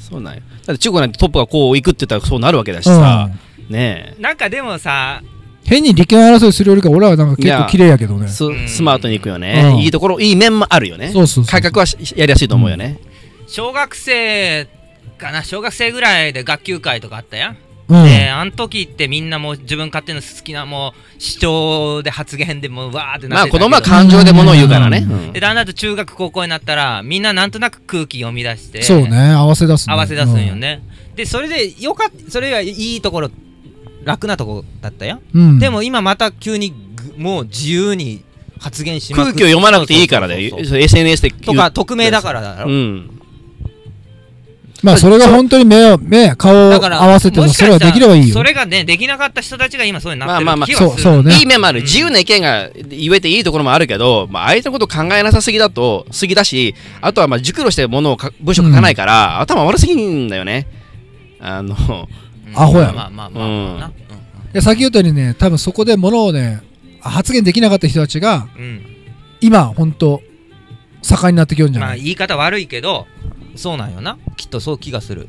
そうなんよだって中国なんてトップがこう行くって言ったらそうなるわけだしさ、ね
なんかでもさ
変に利権争いするよりか俺はなんか結構綺麗やけど
え
ね
ス
うん
スマートに行くよね、
うん
いいところいい面もあるよね
そうそうそう
改革はしやりやすいと思うよね、
小学生かな小学生ぐらいで学級会とかあったやん
うん
で、あの時ってみんなもう自分勝手の好きなもう主張で発言でもうわーって
ま
なっ
あ
て
子
たけど、
供は感情で物を言うからね、
うん
うん
でだんだんと中学高校になったらみんななんとなく空気読み出して
そうね合わせ出すね
合わせ出すんよね、でそれでよかっそれはいいところ楽なとこだったよ、
うん、うん
でも今また急にぐもう自由に発言しまく
空気を読まなくていいからだ
そう
よ
そうそう
SNS で言う
とか匿名だからだろ、
うん
まあそれが本当に目を目顔を
だから
合わせても
もし
そ
か
れ
し
は
たら
できればいいよ
それがねできなかった人たちが今そうになってる
まあまあまあ
気はする、
そうそうね
いい面もある
うん
自由な意見が言えていいところもあるけど、まあ、相手のこと考えなさすぎだとすぎだしあとはまあ熟慮してものをか文章書かないから、頭悪すぎんだよねあの
うん
アホや
まあまあまあまあな、
で先言ったようにね多分そこでものをね発言できなかった人たちが
うんうん
今本当盛んになってきよるんじゃ
ま
な
あ
い,、
言い方悪いけどそうなんよなきっとそう気がする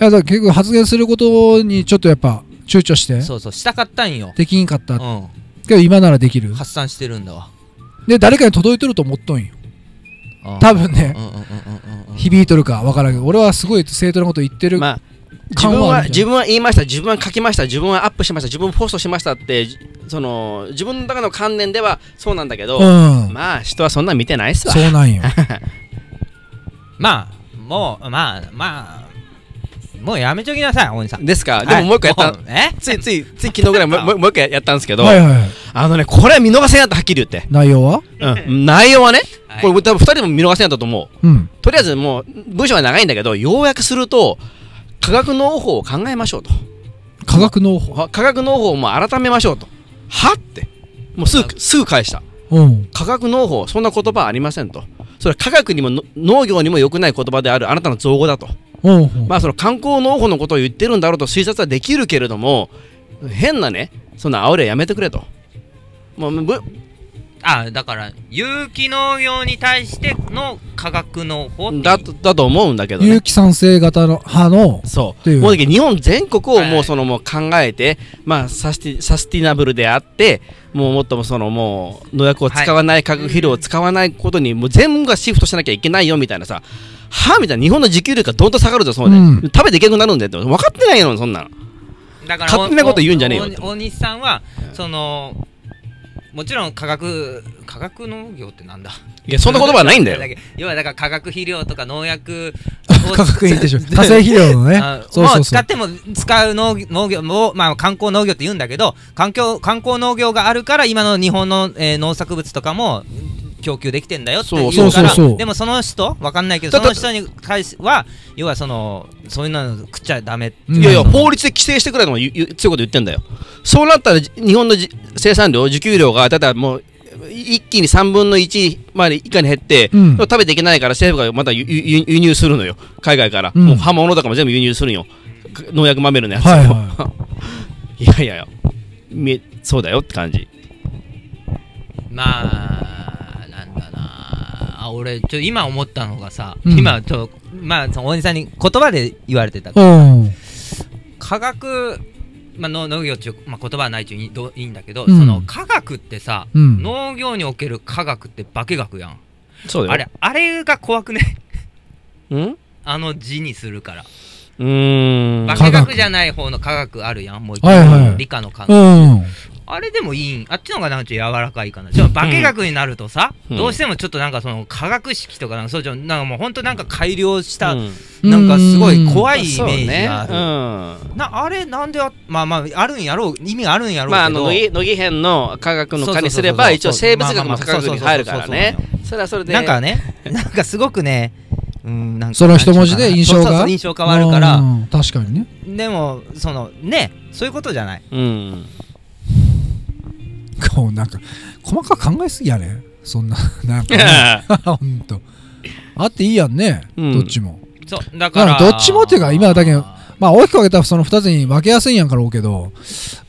いやだから結局発言することにちょっとやっぱ躊躇して
そうそうしたかったんよ、
できんかった
う
けど今ならできる
ん、発散してるんだわ
で誰かに届いてると思っとんよ
うん
多分ね
うんうんうんうんうんうん
響いとるかわからんけど俺はすごい正当なこと言ってる、
まあ自
感
分
はあ
は
るみたいな
自分は言いました自分は書きました自分はアップしました自分はポストしましたってじその自分の中の観念ではそうなんだけど、
うん
まあ人はそんな見てないっすわ
そうなん よ
まあもうまあまあもうやめときなさい大西さん
ですかでももう一回やった、
はいもうえ
ついついつい昨日ぐ らいももうもう一回やったんですけど、
はいはいはい
あのねこれは見逃せんやったはっきり言って、
内容は
うん、内容はね
はい
これ多分2人でも見逃せんやったと思う
うん
とりあえずもう文章は長いんだけど要約すると科学農法を考えましょうと
科学農法
は科学農法も改めましょうとはってもうすぐすぐ返した
うん
科学農法そんな言葉はありませんとそれは科学にもの農業にも良くない言葉であるあなたの造語だと
うん
まあその観光農法のことを言ってるんだろうと推察はできるけれども変なねそんな煽りはやめてくれともうぶ
あだから有機農業に対しての化学農法っていう
だとだと思うんだけどね
有機酸性型の歯の
そ
というう
もうだけど日本全国をも
は
う
い
そのもう考えて、まあ、サスティサスティナブルであってもうもっともそのもう農薬を使わない化学肥料を使わないことにもう全部がシフトしなきゃいけないよみたいなさはあみたいな日本の自給率がどんどん下がるぞそうで、
うん
食べていけなくなるんだよって分かってないのそんなの
だから
勝手なこと言うんじゃねえよ
おお大西さんはそのもちろん化学化学農業ってなんだ
いやそんな言葉はないんだよ
け 要はだから化学肥料とか農薬を
化学品 でしょ化成肥料のね
あ
そう
も
そううそ
使
う
っても使う農農業も、まあ、観光農業って言うんだけど環境観光農業があるから今の日本の、えー農作物とかも供給できてんだよって言う
そう
から
そうそうそう
でもその人わかんないけど
だ
その人に対しは要はそのそういうの食っちゃダメってう
いやいや
その
法律で規制してくれとも言う言う強いこと言ってんだよそうなったらじ日本のじ生産量受給量がただもう一気に3分の1まで以下に減って、
うん
食べていけないから政府がまた輸輸輸入するのよ海外から、
うん
もう刃物とかも全部輸入するんよか農薬まめるのやつを、
はい
いやいやいやみそうだよって感じ
まあなんだなあ俺ちょ今思ったのがさ、
うん
今ちょまあその大西さんに言葉で言われてた
うん
科学、まあ、の農業っていう、まあ、言葉はないといいどういいんだけど、
うん
その科学ってさ、
うん
農業における科学って化学やん
そうだよ
あれあれが怖くね
うんう
あの字にするから
ーん
化
化学
学じゃない方の科学あるやんもう一個、
はいはい
理科の科、
うん
あれでもいいんあっちの方がなんかちょっと柔らかいかなちょっと化学になるとさ、
うん
どうしてもちょっとなんかその化学式とかなんかそうじゃんなんかもうほんとなんか改良した、
うん
なんかすごい怖いイ
そう
メージ
ね
がある、
うん
なあれなんであまあまああるんやろう意味あるんやろうけど、
まあ、あの乃木乃木編の科学の科にすれば
そうそうそうそ
一
う
応生物学も科学に入るからね
まあまあまあそうそうそうそうそう
それはそれで
なんかね、 なんかすごくね、うん、なんか
その一文字で印象が
そうそうそう印象変わるから、
うん確かにね
でも、そのね、そういうことじゃない。
うん
こうなんか細かく考えすぎやねそんな なんか、ね、 ほんとあっていいやんね、
うん
どっちも
そうだから、
まあどっちもっていうか今だけまあ大きく分けたらその2つに分けやすいんやんからおうけど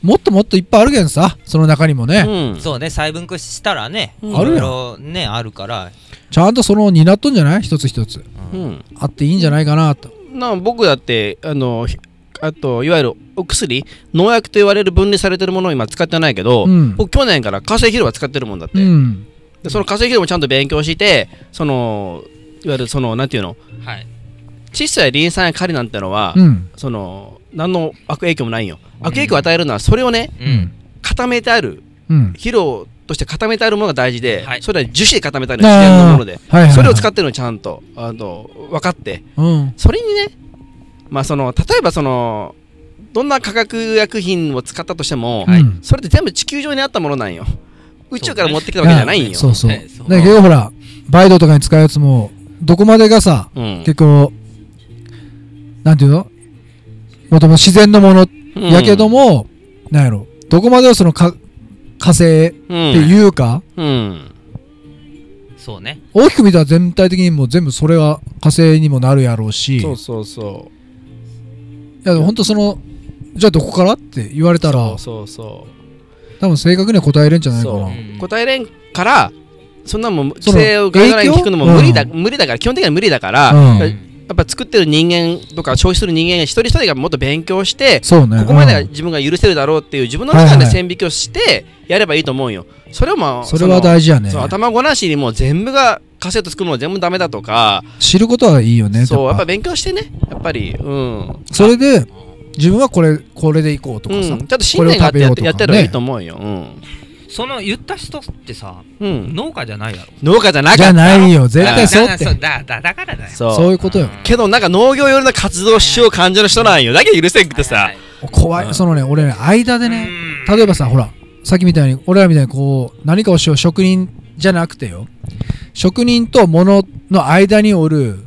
もっともっといっぱいあるけんさその中にもね、
うん
そうね、細分化したらね、
うん
いろいろね、あるから、
ちゃんとその担っとんじゃない一つ一つ
うん
あっていいんじゃないかなと、
な僕だってあのひあといわゆるお薬農薬と言われる分離されてるものを今使ってないけど、
うん
僕去年から化成肥料は使ってるもんだって、
うん、
でその化成肥料もちゃんと勉強してそのいわゆるそのなんていうの
はい。
小さいリン酸やカリなんてのは、
うん、
その何の悪影響もないんよ悪影響を与えるのはそれをね
う。
うんん
固めてある
うん
肥料として固めてあるものが大事で、
はい
それは樹脂で固めてある自然のもので、
はいはいはい
それを使ってるのをちゃんとあの分かって
うん
それにね、まあ、その例えばそのどんな化学薬品を使ったとしても、
はいうん
それって全部地球上にあったものなんよ宇宙から持ってきたわけじゃないんよ。
そうそう
は
だ
いそう
けどほらバイドとかに使うやつもどこまでがさ
うん
結構なんていうのもともと自然のもの
うん
やけどもなんやろどこまでをそのか火星って
うん
いうか
うん
そうね。
大きく見たら全体的にもう全部それは火星にもなるやろうし
そうそうそ
いや本当そのじゃあどこからって言われ
う
たら
そうそうそう
多分正確には答えれんじゃないかな
そう
うん
答えれんからそんなもん規
その
制をガイドラインに聞くのも
影響
無理だ、
う
無理だから基本的には無理だから、
うん
やっぱ作ってる人間とか消費する人間一人一人がもっと勉強して
そうね
ここまで
う
は
ん
自分が許せるだろうっていう自分の中
はい
で
はい
線引きをしてやればいいと思うよそれをまあ
それは
事
大事やね
そう頭ごなしにもう全部がカセット作るの全部ダメだとか、
知ることはいいよね
そうやっぱ
やっ
勉強してねやっぱりうん
ぱそれで自分はこれこれでいこうとかさ
うん、ちゃんと信念があってやって
これ
やっ
を食べようとか
た
ね
らいいと思うよ、うん
その言った人ってさ、
うん、
農家じゃないやろ。
農家じゃなかった
じゃないよ絶対そう
だ
って
だだだだからだよ。
そう
そういうことよ
けどなんか農業寄りの活動しよう感じの人なんよだけど許せんくてさ、
はいはい
怖
う
い
ん
そのね俺ね間でね
うん
例えばさほらさっきみたいに俺らみたいにこう何かをしよう職人じゃなくてよ職人と物の間におる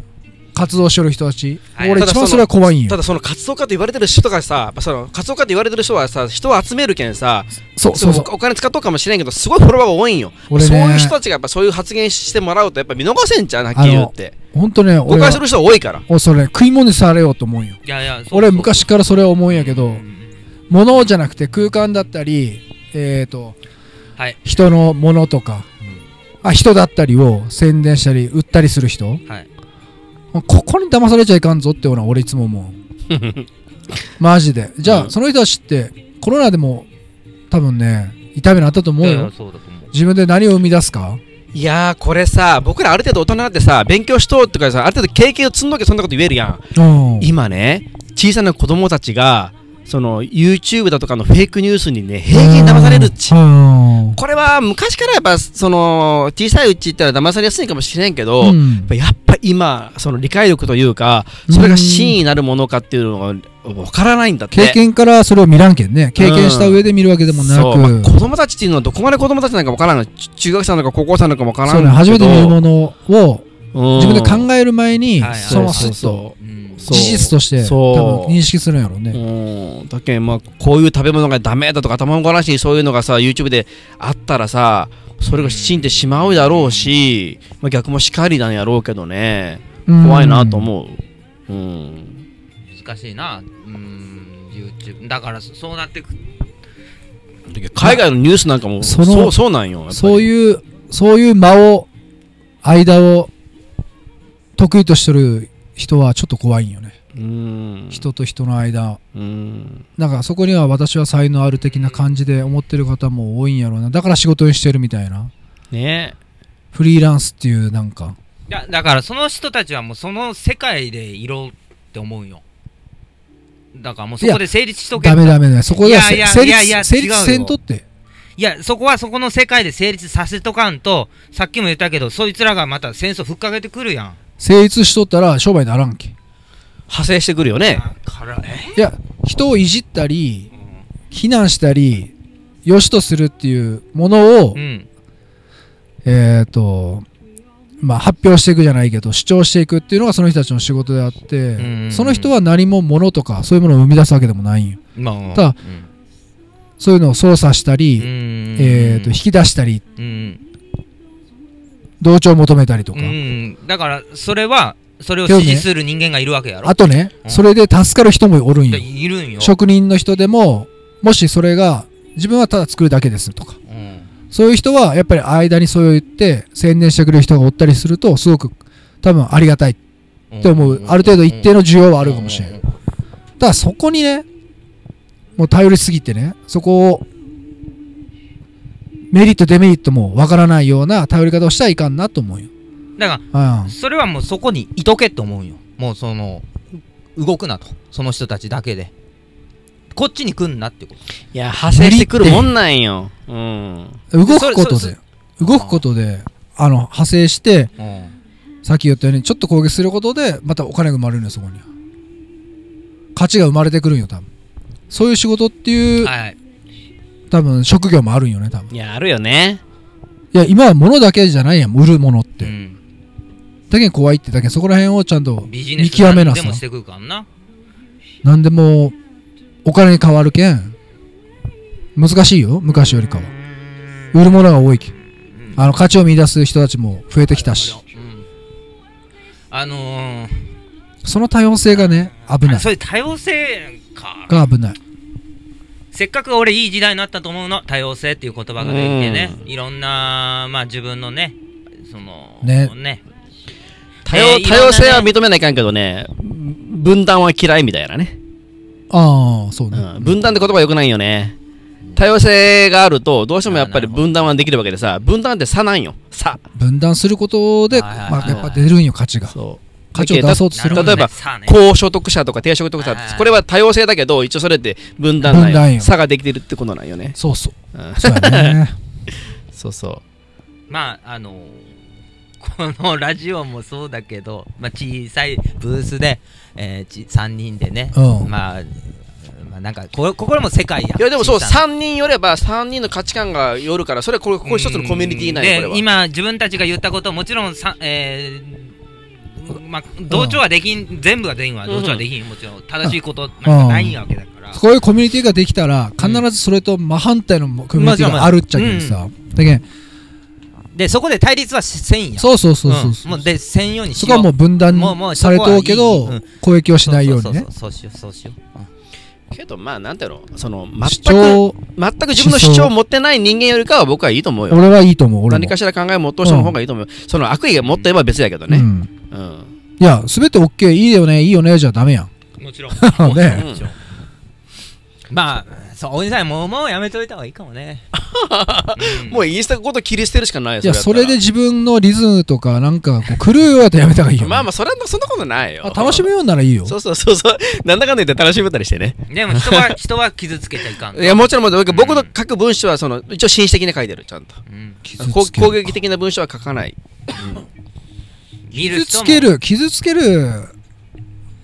活動してる人たち
はい
俺
ただ
一
その
番それは怖いんよ
ただその活動家と言われてる人がさやっぱその活動家と言われてる人はさ人を集めるけんさ
そうそうそう
おお金使っとうかもしれんけどすごいフォロワーが多いんよ、
俺ね
そういう人たちがやっぱそういう発言してもらうとやっぱ見逃せんじゃんはっきり言って
ほんとね
誤
俺
解す
は
る人多いから
おそれ食い物にされようと思うんよ
いやいや、
俺昔からそれは思うん
ら
やけど物じゃなくて空間だったりえっ、と、
はい
人のものとか、あ人だったりを宣伝したり売ったりする人
はい。
ここに騙されちゃいかんぞってのは俺いつも思 うマジでじゃあ、
うん
その人たちってコロナでも多分ね痛みのあったと思う
いやい
よ
やそうだと思う。
自分で何を生み出すか
いやーこれさ僕らある程度大人になってさ勉強しとうとかさある程度経験を積んどけそんなこと言えるやん
うん
今ね小さな子供たちがその YouTube だとかのフェイクニュースにね平気に騙されるっち
うん
これは昔からやっぱその小さいうちってのは騙されやすいかもしれんけど、
う
や
ん
っぱやっぱ今その理解力というかそれが真意になるものかっていうのが分からないんだって
経験からそれを見らんけんね経験した上で見るわけでもな
そうまあ
く
子供たちっていうのはどこまで子供たちなのか分からんのち中学生なのか高校生なのか分からん
そうね初めて見るものを
の
自分で考える前に
はいはい
その
そう
スッと
そ
うん
そう
事実として
そう
多分認識するんやろう
う
ね
うんだけんまあこういう食べ物がダメだとか頭のごなしにそういうのがさ YouTube であったらさそれが信じてしまうだろうし、まあ、逆もしかりなんやろうけどね怖いなと
うん
思ううん
難しいな。うん、YouTube。だから、そうなってく。
海外のニュースなんかも
そ
そ
の
うそうなんよ
そう
う
いうそういう間を間を得意としてる人はちょっと怖いんよね
うん
人と人の間
うん
なんかそこには私は才能ある的な感じで思ってる方も多いんやろうなだから仕事にしてるみたいな
ね
フリーランスっていうなんか
いや、だから、その人たちはもうその世界でいろって思うよ。だからもうそこで成立しとけ
ダメダメだよそこではい
やいや
成
いやいや
立成立
違うよ
せんとって
いや、そこはそこの世界で成立させとかんと、さっきも言ったけど、そいつらがまた戦争ふっかけてくるやん。
成立しとったら商売にならんけ
派生してくるよね
だから、え
いや人をいじったり非難したり良しとするっていうものを、
うん。
えっ、と、まあ、発表していくじゃないけど主張していくっていうのがその人たちの仕事であって、
うん
その人は何も物とかそういうものを生み出すわけでもないんよ
まあ、
ただ
うん
そういうのを操作した
う
り、
ん
えー、と引き出したり
うん。
同調を求めたりとか、
うん。だから、それは、それを支持する人間がいるわけやろ。
あとね、
うん
それで助かる人もおるんよ
いるんよ。
職人の人でももしそれが自分はただ作るだけですとか
うん
そういう人はやっぱり間にそれを言って専念してくれる人がおったりするとすごく多分ありがたいって思うある程度一定の需要はあるかもしれん
うん
ただそこにねもう頼りすぎてねそこをメリットデメリットもわからないような頼り方をしたらいかんなと思うよ、
だか
うん
ら、それはもうそこにいとけって思うんよ。もうその、動くなと。その人たちだけで。
こっちに来んなってこと
いや、派生してくるもんなんよ。うん。
動くこ
それ
と
それ
で動くことであの派生して
うん
さっき言ったようにちょっと攻撃することでまたお金が生まれるのよそこに価値が生まれてくるんよ多分そういう仕事っていう、
はい。
多分職業もあるんよね多分
いや、あるよね。
いや今は物だけじゃないやん売るものっ
う
て、
ん。
だけに怖いってだけそこら辺をちゃんと
ビジネ
見
ス
極めな
で
さ
もしてくるからな。
なんでもお金に変わるけん難しいよ昔よりかは売るものが多いけんあの価値を見出す人たちも増えてきたし
うんあの
その多様性がね危
ー、
ない
そういう多様性か。
が危ない
せっかく俺いい時代になったと思うの。多様性っていう言葉ができてね
う。
いろんな、まあ自分のね、その、
ね
多様
えー
多様性
いろ
は
んなね
認めないかんけどね、分断は嫌いみたいなね。
ああそうね、
うん、分断って言葉良くないよね。多様性があると、どうしてもやっぱり分断はできるわけでさ、分断って差なんよ。差。
分断することで、
はいはいはい
まあ、やっぱ出るんよ価値が
そう。
価値を出そうとする
例えば、
さあね
高所得者とか低所得者
はいはい
これは多様性だけど一応それって分断な
分断
んよ
よ
差ができてるってことなんよね、
そうそう
うん、
そうや ね
そうそ
まああのこのラジオもそうだけど、まあ、小さいブースで、えー、ち3人でね、
うん
まあ、まあなんかここれも世界や
ういやでもそう
小さな
3人よれば3人の価値観がよるからそれはこれここ一つのコミュニティなんよこれ
で
は
今自分たちが言ったこともちろんさ、えーまあ、同調はできん、全部はできんわ
うん
同調はできんもちろん正しいことなんかないわけだから、
こういうコミュニティができたら必ずそれと真反対のコミュニティがあるっちゃけどさ、だけん
でそこで対立はしせんや
そうそうそうそうそう、
んもうでせんようにし
そ
よう
こはもう分断
もうもう
されとうけ
そこ
ど
はいい
攻撃をしないようにね
そうそうそうそうそうしようそうしよ
けどまあなんていうのその
主
全く
張
全く自分の主張を持ってない人間よりかは僕はいいと思うよ
俺はいいと思う俺も
何かしら考えを持っとう人の方がいいと思う、その悪意が持ってれば別やけど
う
ね
ん、
うん、
いや全て OK いいよねいいよねじゃダメやん
もちろん
ね
うん
うまあそうおじさんもうもうやめといた方がいいかもね
うん
もうインスタごと切り捨てるしかないよ
いや
やった
そ
ら
れで自分のリズムとかなんかこう狂うようやったらやめた方がいいよ、
まあまあそれはそんなことないよ
あ楽しむようならいいよ
そうそうそうそうなんだかんだ言って楽しめたりしてね
でも人は人は傷つけちゃいかん
いやもちろんもちろん
ん
僕の書く文章はその一応紳士的に書いてるちゃんと
うん
傷つける
こう攻撃的な文章は書かない
見る
傷
人
つ
も
ける傷つける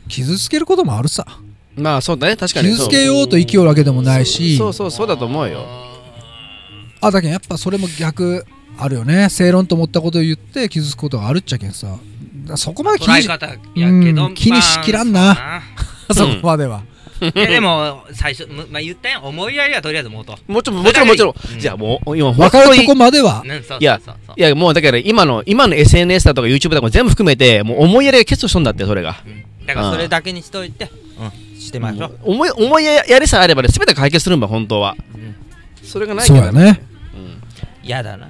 傷つけることもあるさ
まあそうだね確かに
傷つけようと生きようわけでもないし
そうそうそうそうだと思うよ
あだけどやっぱそれも逆あるよね正論と思ったことを言って傷つくことがあるっちゃけんさだそこまで気
捉
に
え
し
方やけど、
うん気にしきらんな
ま あ
そこまでは、
いやでも最初、むまあ、言ったやん思いやりはとりあえずもうと、
もちろんもちろんもちろん
うん
じゃあもう今
分
本
か
当
ると
に
こまでは
うん、そうそう
いや
そうそう
いやもうだから今の今の SNS だとか YouTube だとか全部含めてもう思いやりが欠如しとんだってそれが
うん
だか
だからら
そ
そ
れ
れだ
だけにしといてうんしてましょう
思い思いやりさえあればね全て解決するんだ本当は
ん
それがない
そ
か
う
ら
やね
うん
嫌だな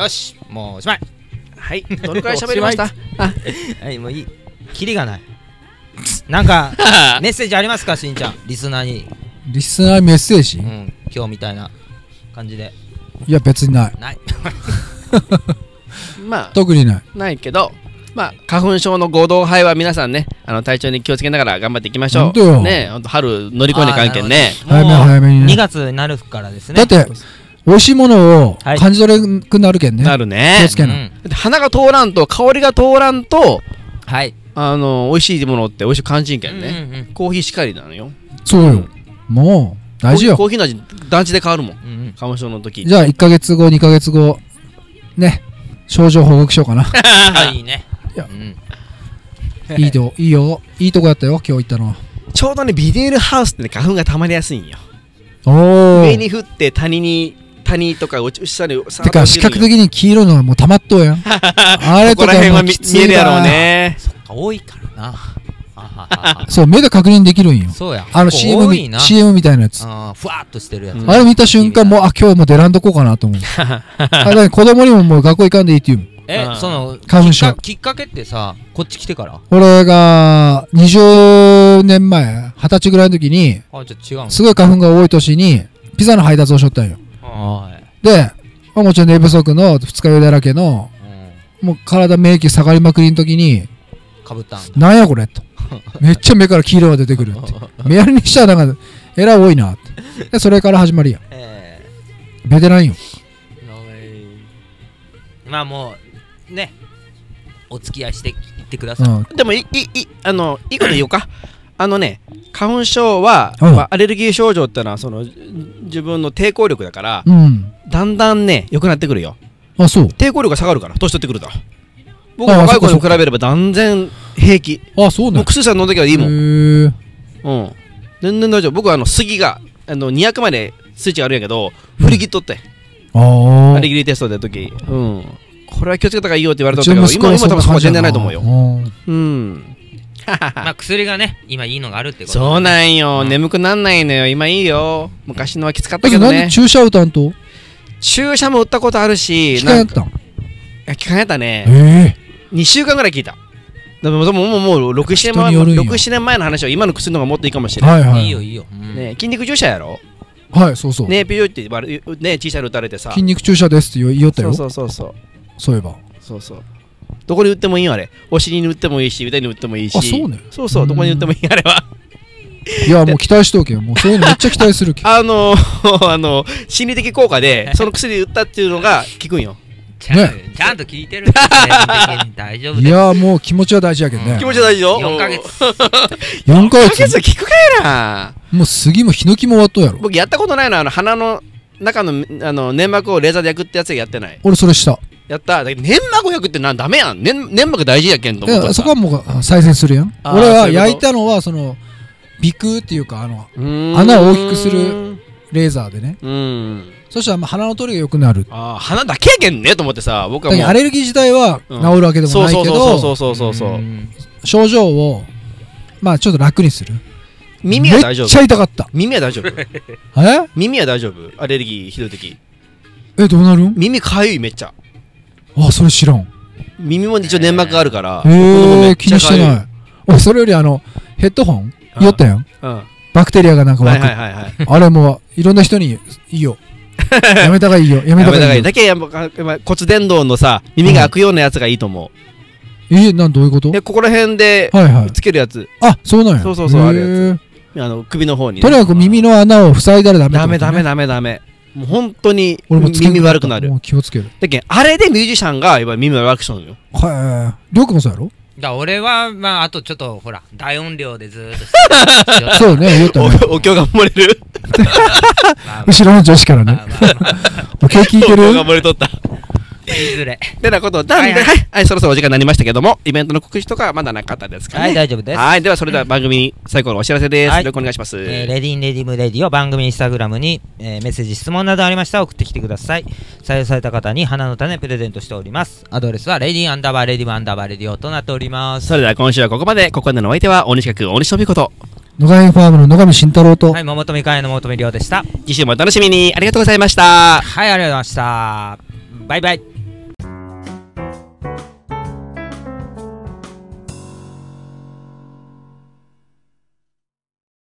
よしもうおしまい
はいどれくらい喋りま したあ
はいもういいキリがないなんかメッセージありますかしんちゃんリスナーに、
リスナーメッセージ、
う
い
ん、今日みたいな感じで
や別にない
ない
まあ
特にない
ないけど、まあ、花粉症の合同肺は皆さんね、あの体調に気をつけながら頑張っていきましょ
本当
う。
よ
ね、ほんと春乗り越えなきゃいけんね。
あーなるほど
早め
もう
早めにね
2月になるからですね
だって美味しいものを
はい
感じ取れなくなるけんね、
なる
気
ね
をつ。けな、
うん
だって花が通らんと、香りが通らんと、
はい
あの、美味しいものって美味しく感じんけ
うんん
ね。
うん
コーヒーしかりなのよ。
そうよもう大事よ
コーヒーコーヒーの味、団地で変わるもん。
うんうん
花粉症の時。
じゃあ1ヶ月後2ヶ月後ね症状報告しようかな
あいいね
いや
うん
いいといいよいいとこだったよ今日行ったのは
ちょうどね、ビニールハウスってね、花粉が溜まりやすいんよ。
お
上
ー
に降って谷に、谷とか落ち下に、さー
て
っと
か
落ちるん
視
よ
覚的に黄色いのがもう溜まっとうやんあれ
ことこら
か
辺
も
は
う
見
きつ
見え
い
るやろう
な
ね。
多いからなあははは
そう目で確認できるんよ
そうや
あの
結構
CM
多
み
いな
CM みたいなやつ
あーふわっとしてるやつ、
うん
あれ見た瞬間もうあ今日も出らんとこうかなと思うあれ子供にももう学校行かんでいいって言うもん
え
うん
その
花
き
粉
っ
症
かきっかけってさこっち来てから
俺が20年前二十歳ぐらいの時に
あじゃあ違うの
すごい花粉が多い年にピザの配達をしとったんよ
は
で、まあ、もちろん寝不足の二日酔いだらけの
い、うん
もう体免疫下がりまくりの時に
かぶったんだ
なんやこれとめっちゃ目から黄色が出てくるって目やりにしちゃなんかえらい多いなってでそれから始まりや
え
ベテランよ
ーのえーまあもうねお付き合いしていってくだ
う
さい、
ん
でもいいいあのいいこと言おうかあのね花粉症は、
うん
まあアレルギー症状ってのはそのじ自分の抵抗力だから
うん
だんだんね良くなってくるよ
あそう
抵抗力が下がるから年取ってくると僕
ああ
は若
そ
い
っ
子
かそっ
に
か
比べれば断然平気
あそう
もう
ね
薬さん飲んだけはいいもん、
へえ
うん全然大丈夫僕はあの杉があの200まで数値があるんやけど振り切っとって
あ
ア
あ
レギリーテスト出た時うんこれは気をつけた方がいいよって言われ
う
た
ち
んだけ
の
ど
息子
今
は
今多分そこは全
じ
然
ゃ
ないと思うよ
うん
うん
まあ薬がね今いいのがあるって こと
そう
ね
なんよ、
うん
眠くなんないのよ今いいよ昔のはきつかった
だけ
け
ど
ど
なんで
ね
注射を担当
注射も打ったことあるし
機械
なん
やっ
か
たん
いや聞かなやったね
ええ
2週間ぐらい聞いたでもでももうもう67年
人による
前
んよ
六7年前の話は今の薬の方がもっといいかもしれない、
はいはい
いいよ
い
いいよ、うん
ね、筋肉注射やろ
はいそうそう
ね PO って言われね小さいの打たれてさ
筋肉注射ですって言いよっ
そ
たよ
うそうそうそう
そういえば
そうそうどこに打ってもいいよあれお尻に打ってもいいし腕に打ってもいいし
あそうね
そうそうどこに打ってもいいあれはい
やもう期待しとけよもうそういうのめっちゃ期待するけ
あの あの心理的効果でその薬打ったっていうのが効くんよ
ちゃん
ね
ちゃんと聞いてるから全然大丈夫
い
だよ
やもう気持ちは大事やけどね
気持ち大事よ
4ヶ月
4ヶ
4ヶ
月
月効くかやな
もう杉もヒノキも終わっとうやろ
僕やったことないのあの鼻の中のあの粘膜をレーザーで焼くってやつやってない
俺それした
やっただけど粘膜を焼くってなんダメやん粘粘膜大事やけんと
い
思った
や
らさ
そこはもうあ再生するやん
あー
俺
そう
は
いうこと
焼いたのはその鼻腔っていうかあの
うーん
穴を大きくするレーザーでね
うん
そしたらまあ鼻の通りが良くなる
ああ鼻だけやけんねと思ってさ僕
だ
は
か
もう
らアレルギー自体は治るわけでも
そう
ない
そ
け
うそう
ど
そうそうそうそう
うん
症状をまあちょっと楽にする
耳は大丈
めっちゃ
夫
痛かった
耳は大丈夫
え
耳は大丈夫アレルギーひどい時
えどうなるん
耳かゆいめっちゃ
あそれ知らん
耳も一応粘膜があるから
へ
め
え
っ
気
ち
に
ゃ
して
痒
ないおそれよりあのヘッドホン
うん
酔ったやん
うん
バクテリアがなんか
は
湧
い
く
はいはいはい
あれもういろんな人にい いよやめたがいいよやめ
や
た
めた
が
がいい
いいよ
だけやっぱやっぱ骨伝導のさ耳が開くようなやつがいいと思
えなんどういうこと
うでここら辺で
はいはい
つけるやつ
あそうなんや
そうそうそうあるやつ
へえ
あの首の方にね
とにかく耳の穴を塞いだらダメって
ダ
ことね
メダメダメダメもう本当に
俺もつけん
耳悪くな
も
る
う気をつける
だけんあれでミュージシャンがやっぱ耳悪くしとるよ
はいりょうくんもそうやろ
だから俺はまああとちょっとほら大音量でずーっと
そうね言ったね
おお経が漏れる
まあま
後ろの女子から
あ
ね
まあまあまあ
お経聞いて
お
る
経が漏れとった
いずれ
てなことなんで、は、
はいい
は、
はい
そろそろお時間になりましたけども、イベントの告知とかはまだなかったですかね。
はい大丈夫です
はい、ではそれでは番組最後のお知らせです。
はい
よろしくお願いします。
えーレディンレディムレディを番組インスタグラムに、えーメッセージ質問などありましたら送ってきてください採用された方に花の種プレゼントしておりますアドレスはレディンアンダーバーレディムアンダーバーレディオとなっております
それでは今週はここまで、ここまでのお相手は大西学大西飛こと、
野上ファームの野上慎太郎と
はい桃富会の桃富亮でした
次週もお楽しみにありがとうございました。
はいありがとうございましたバイバイ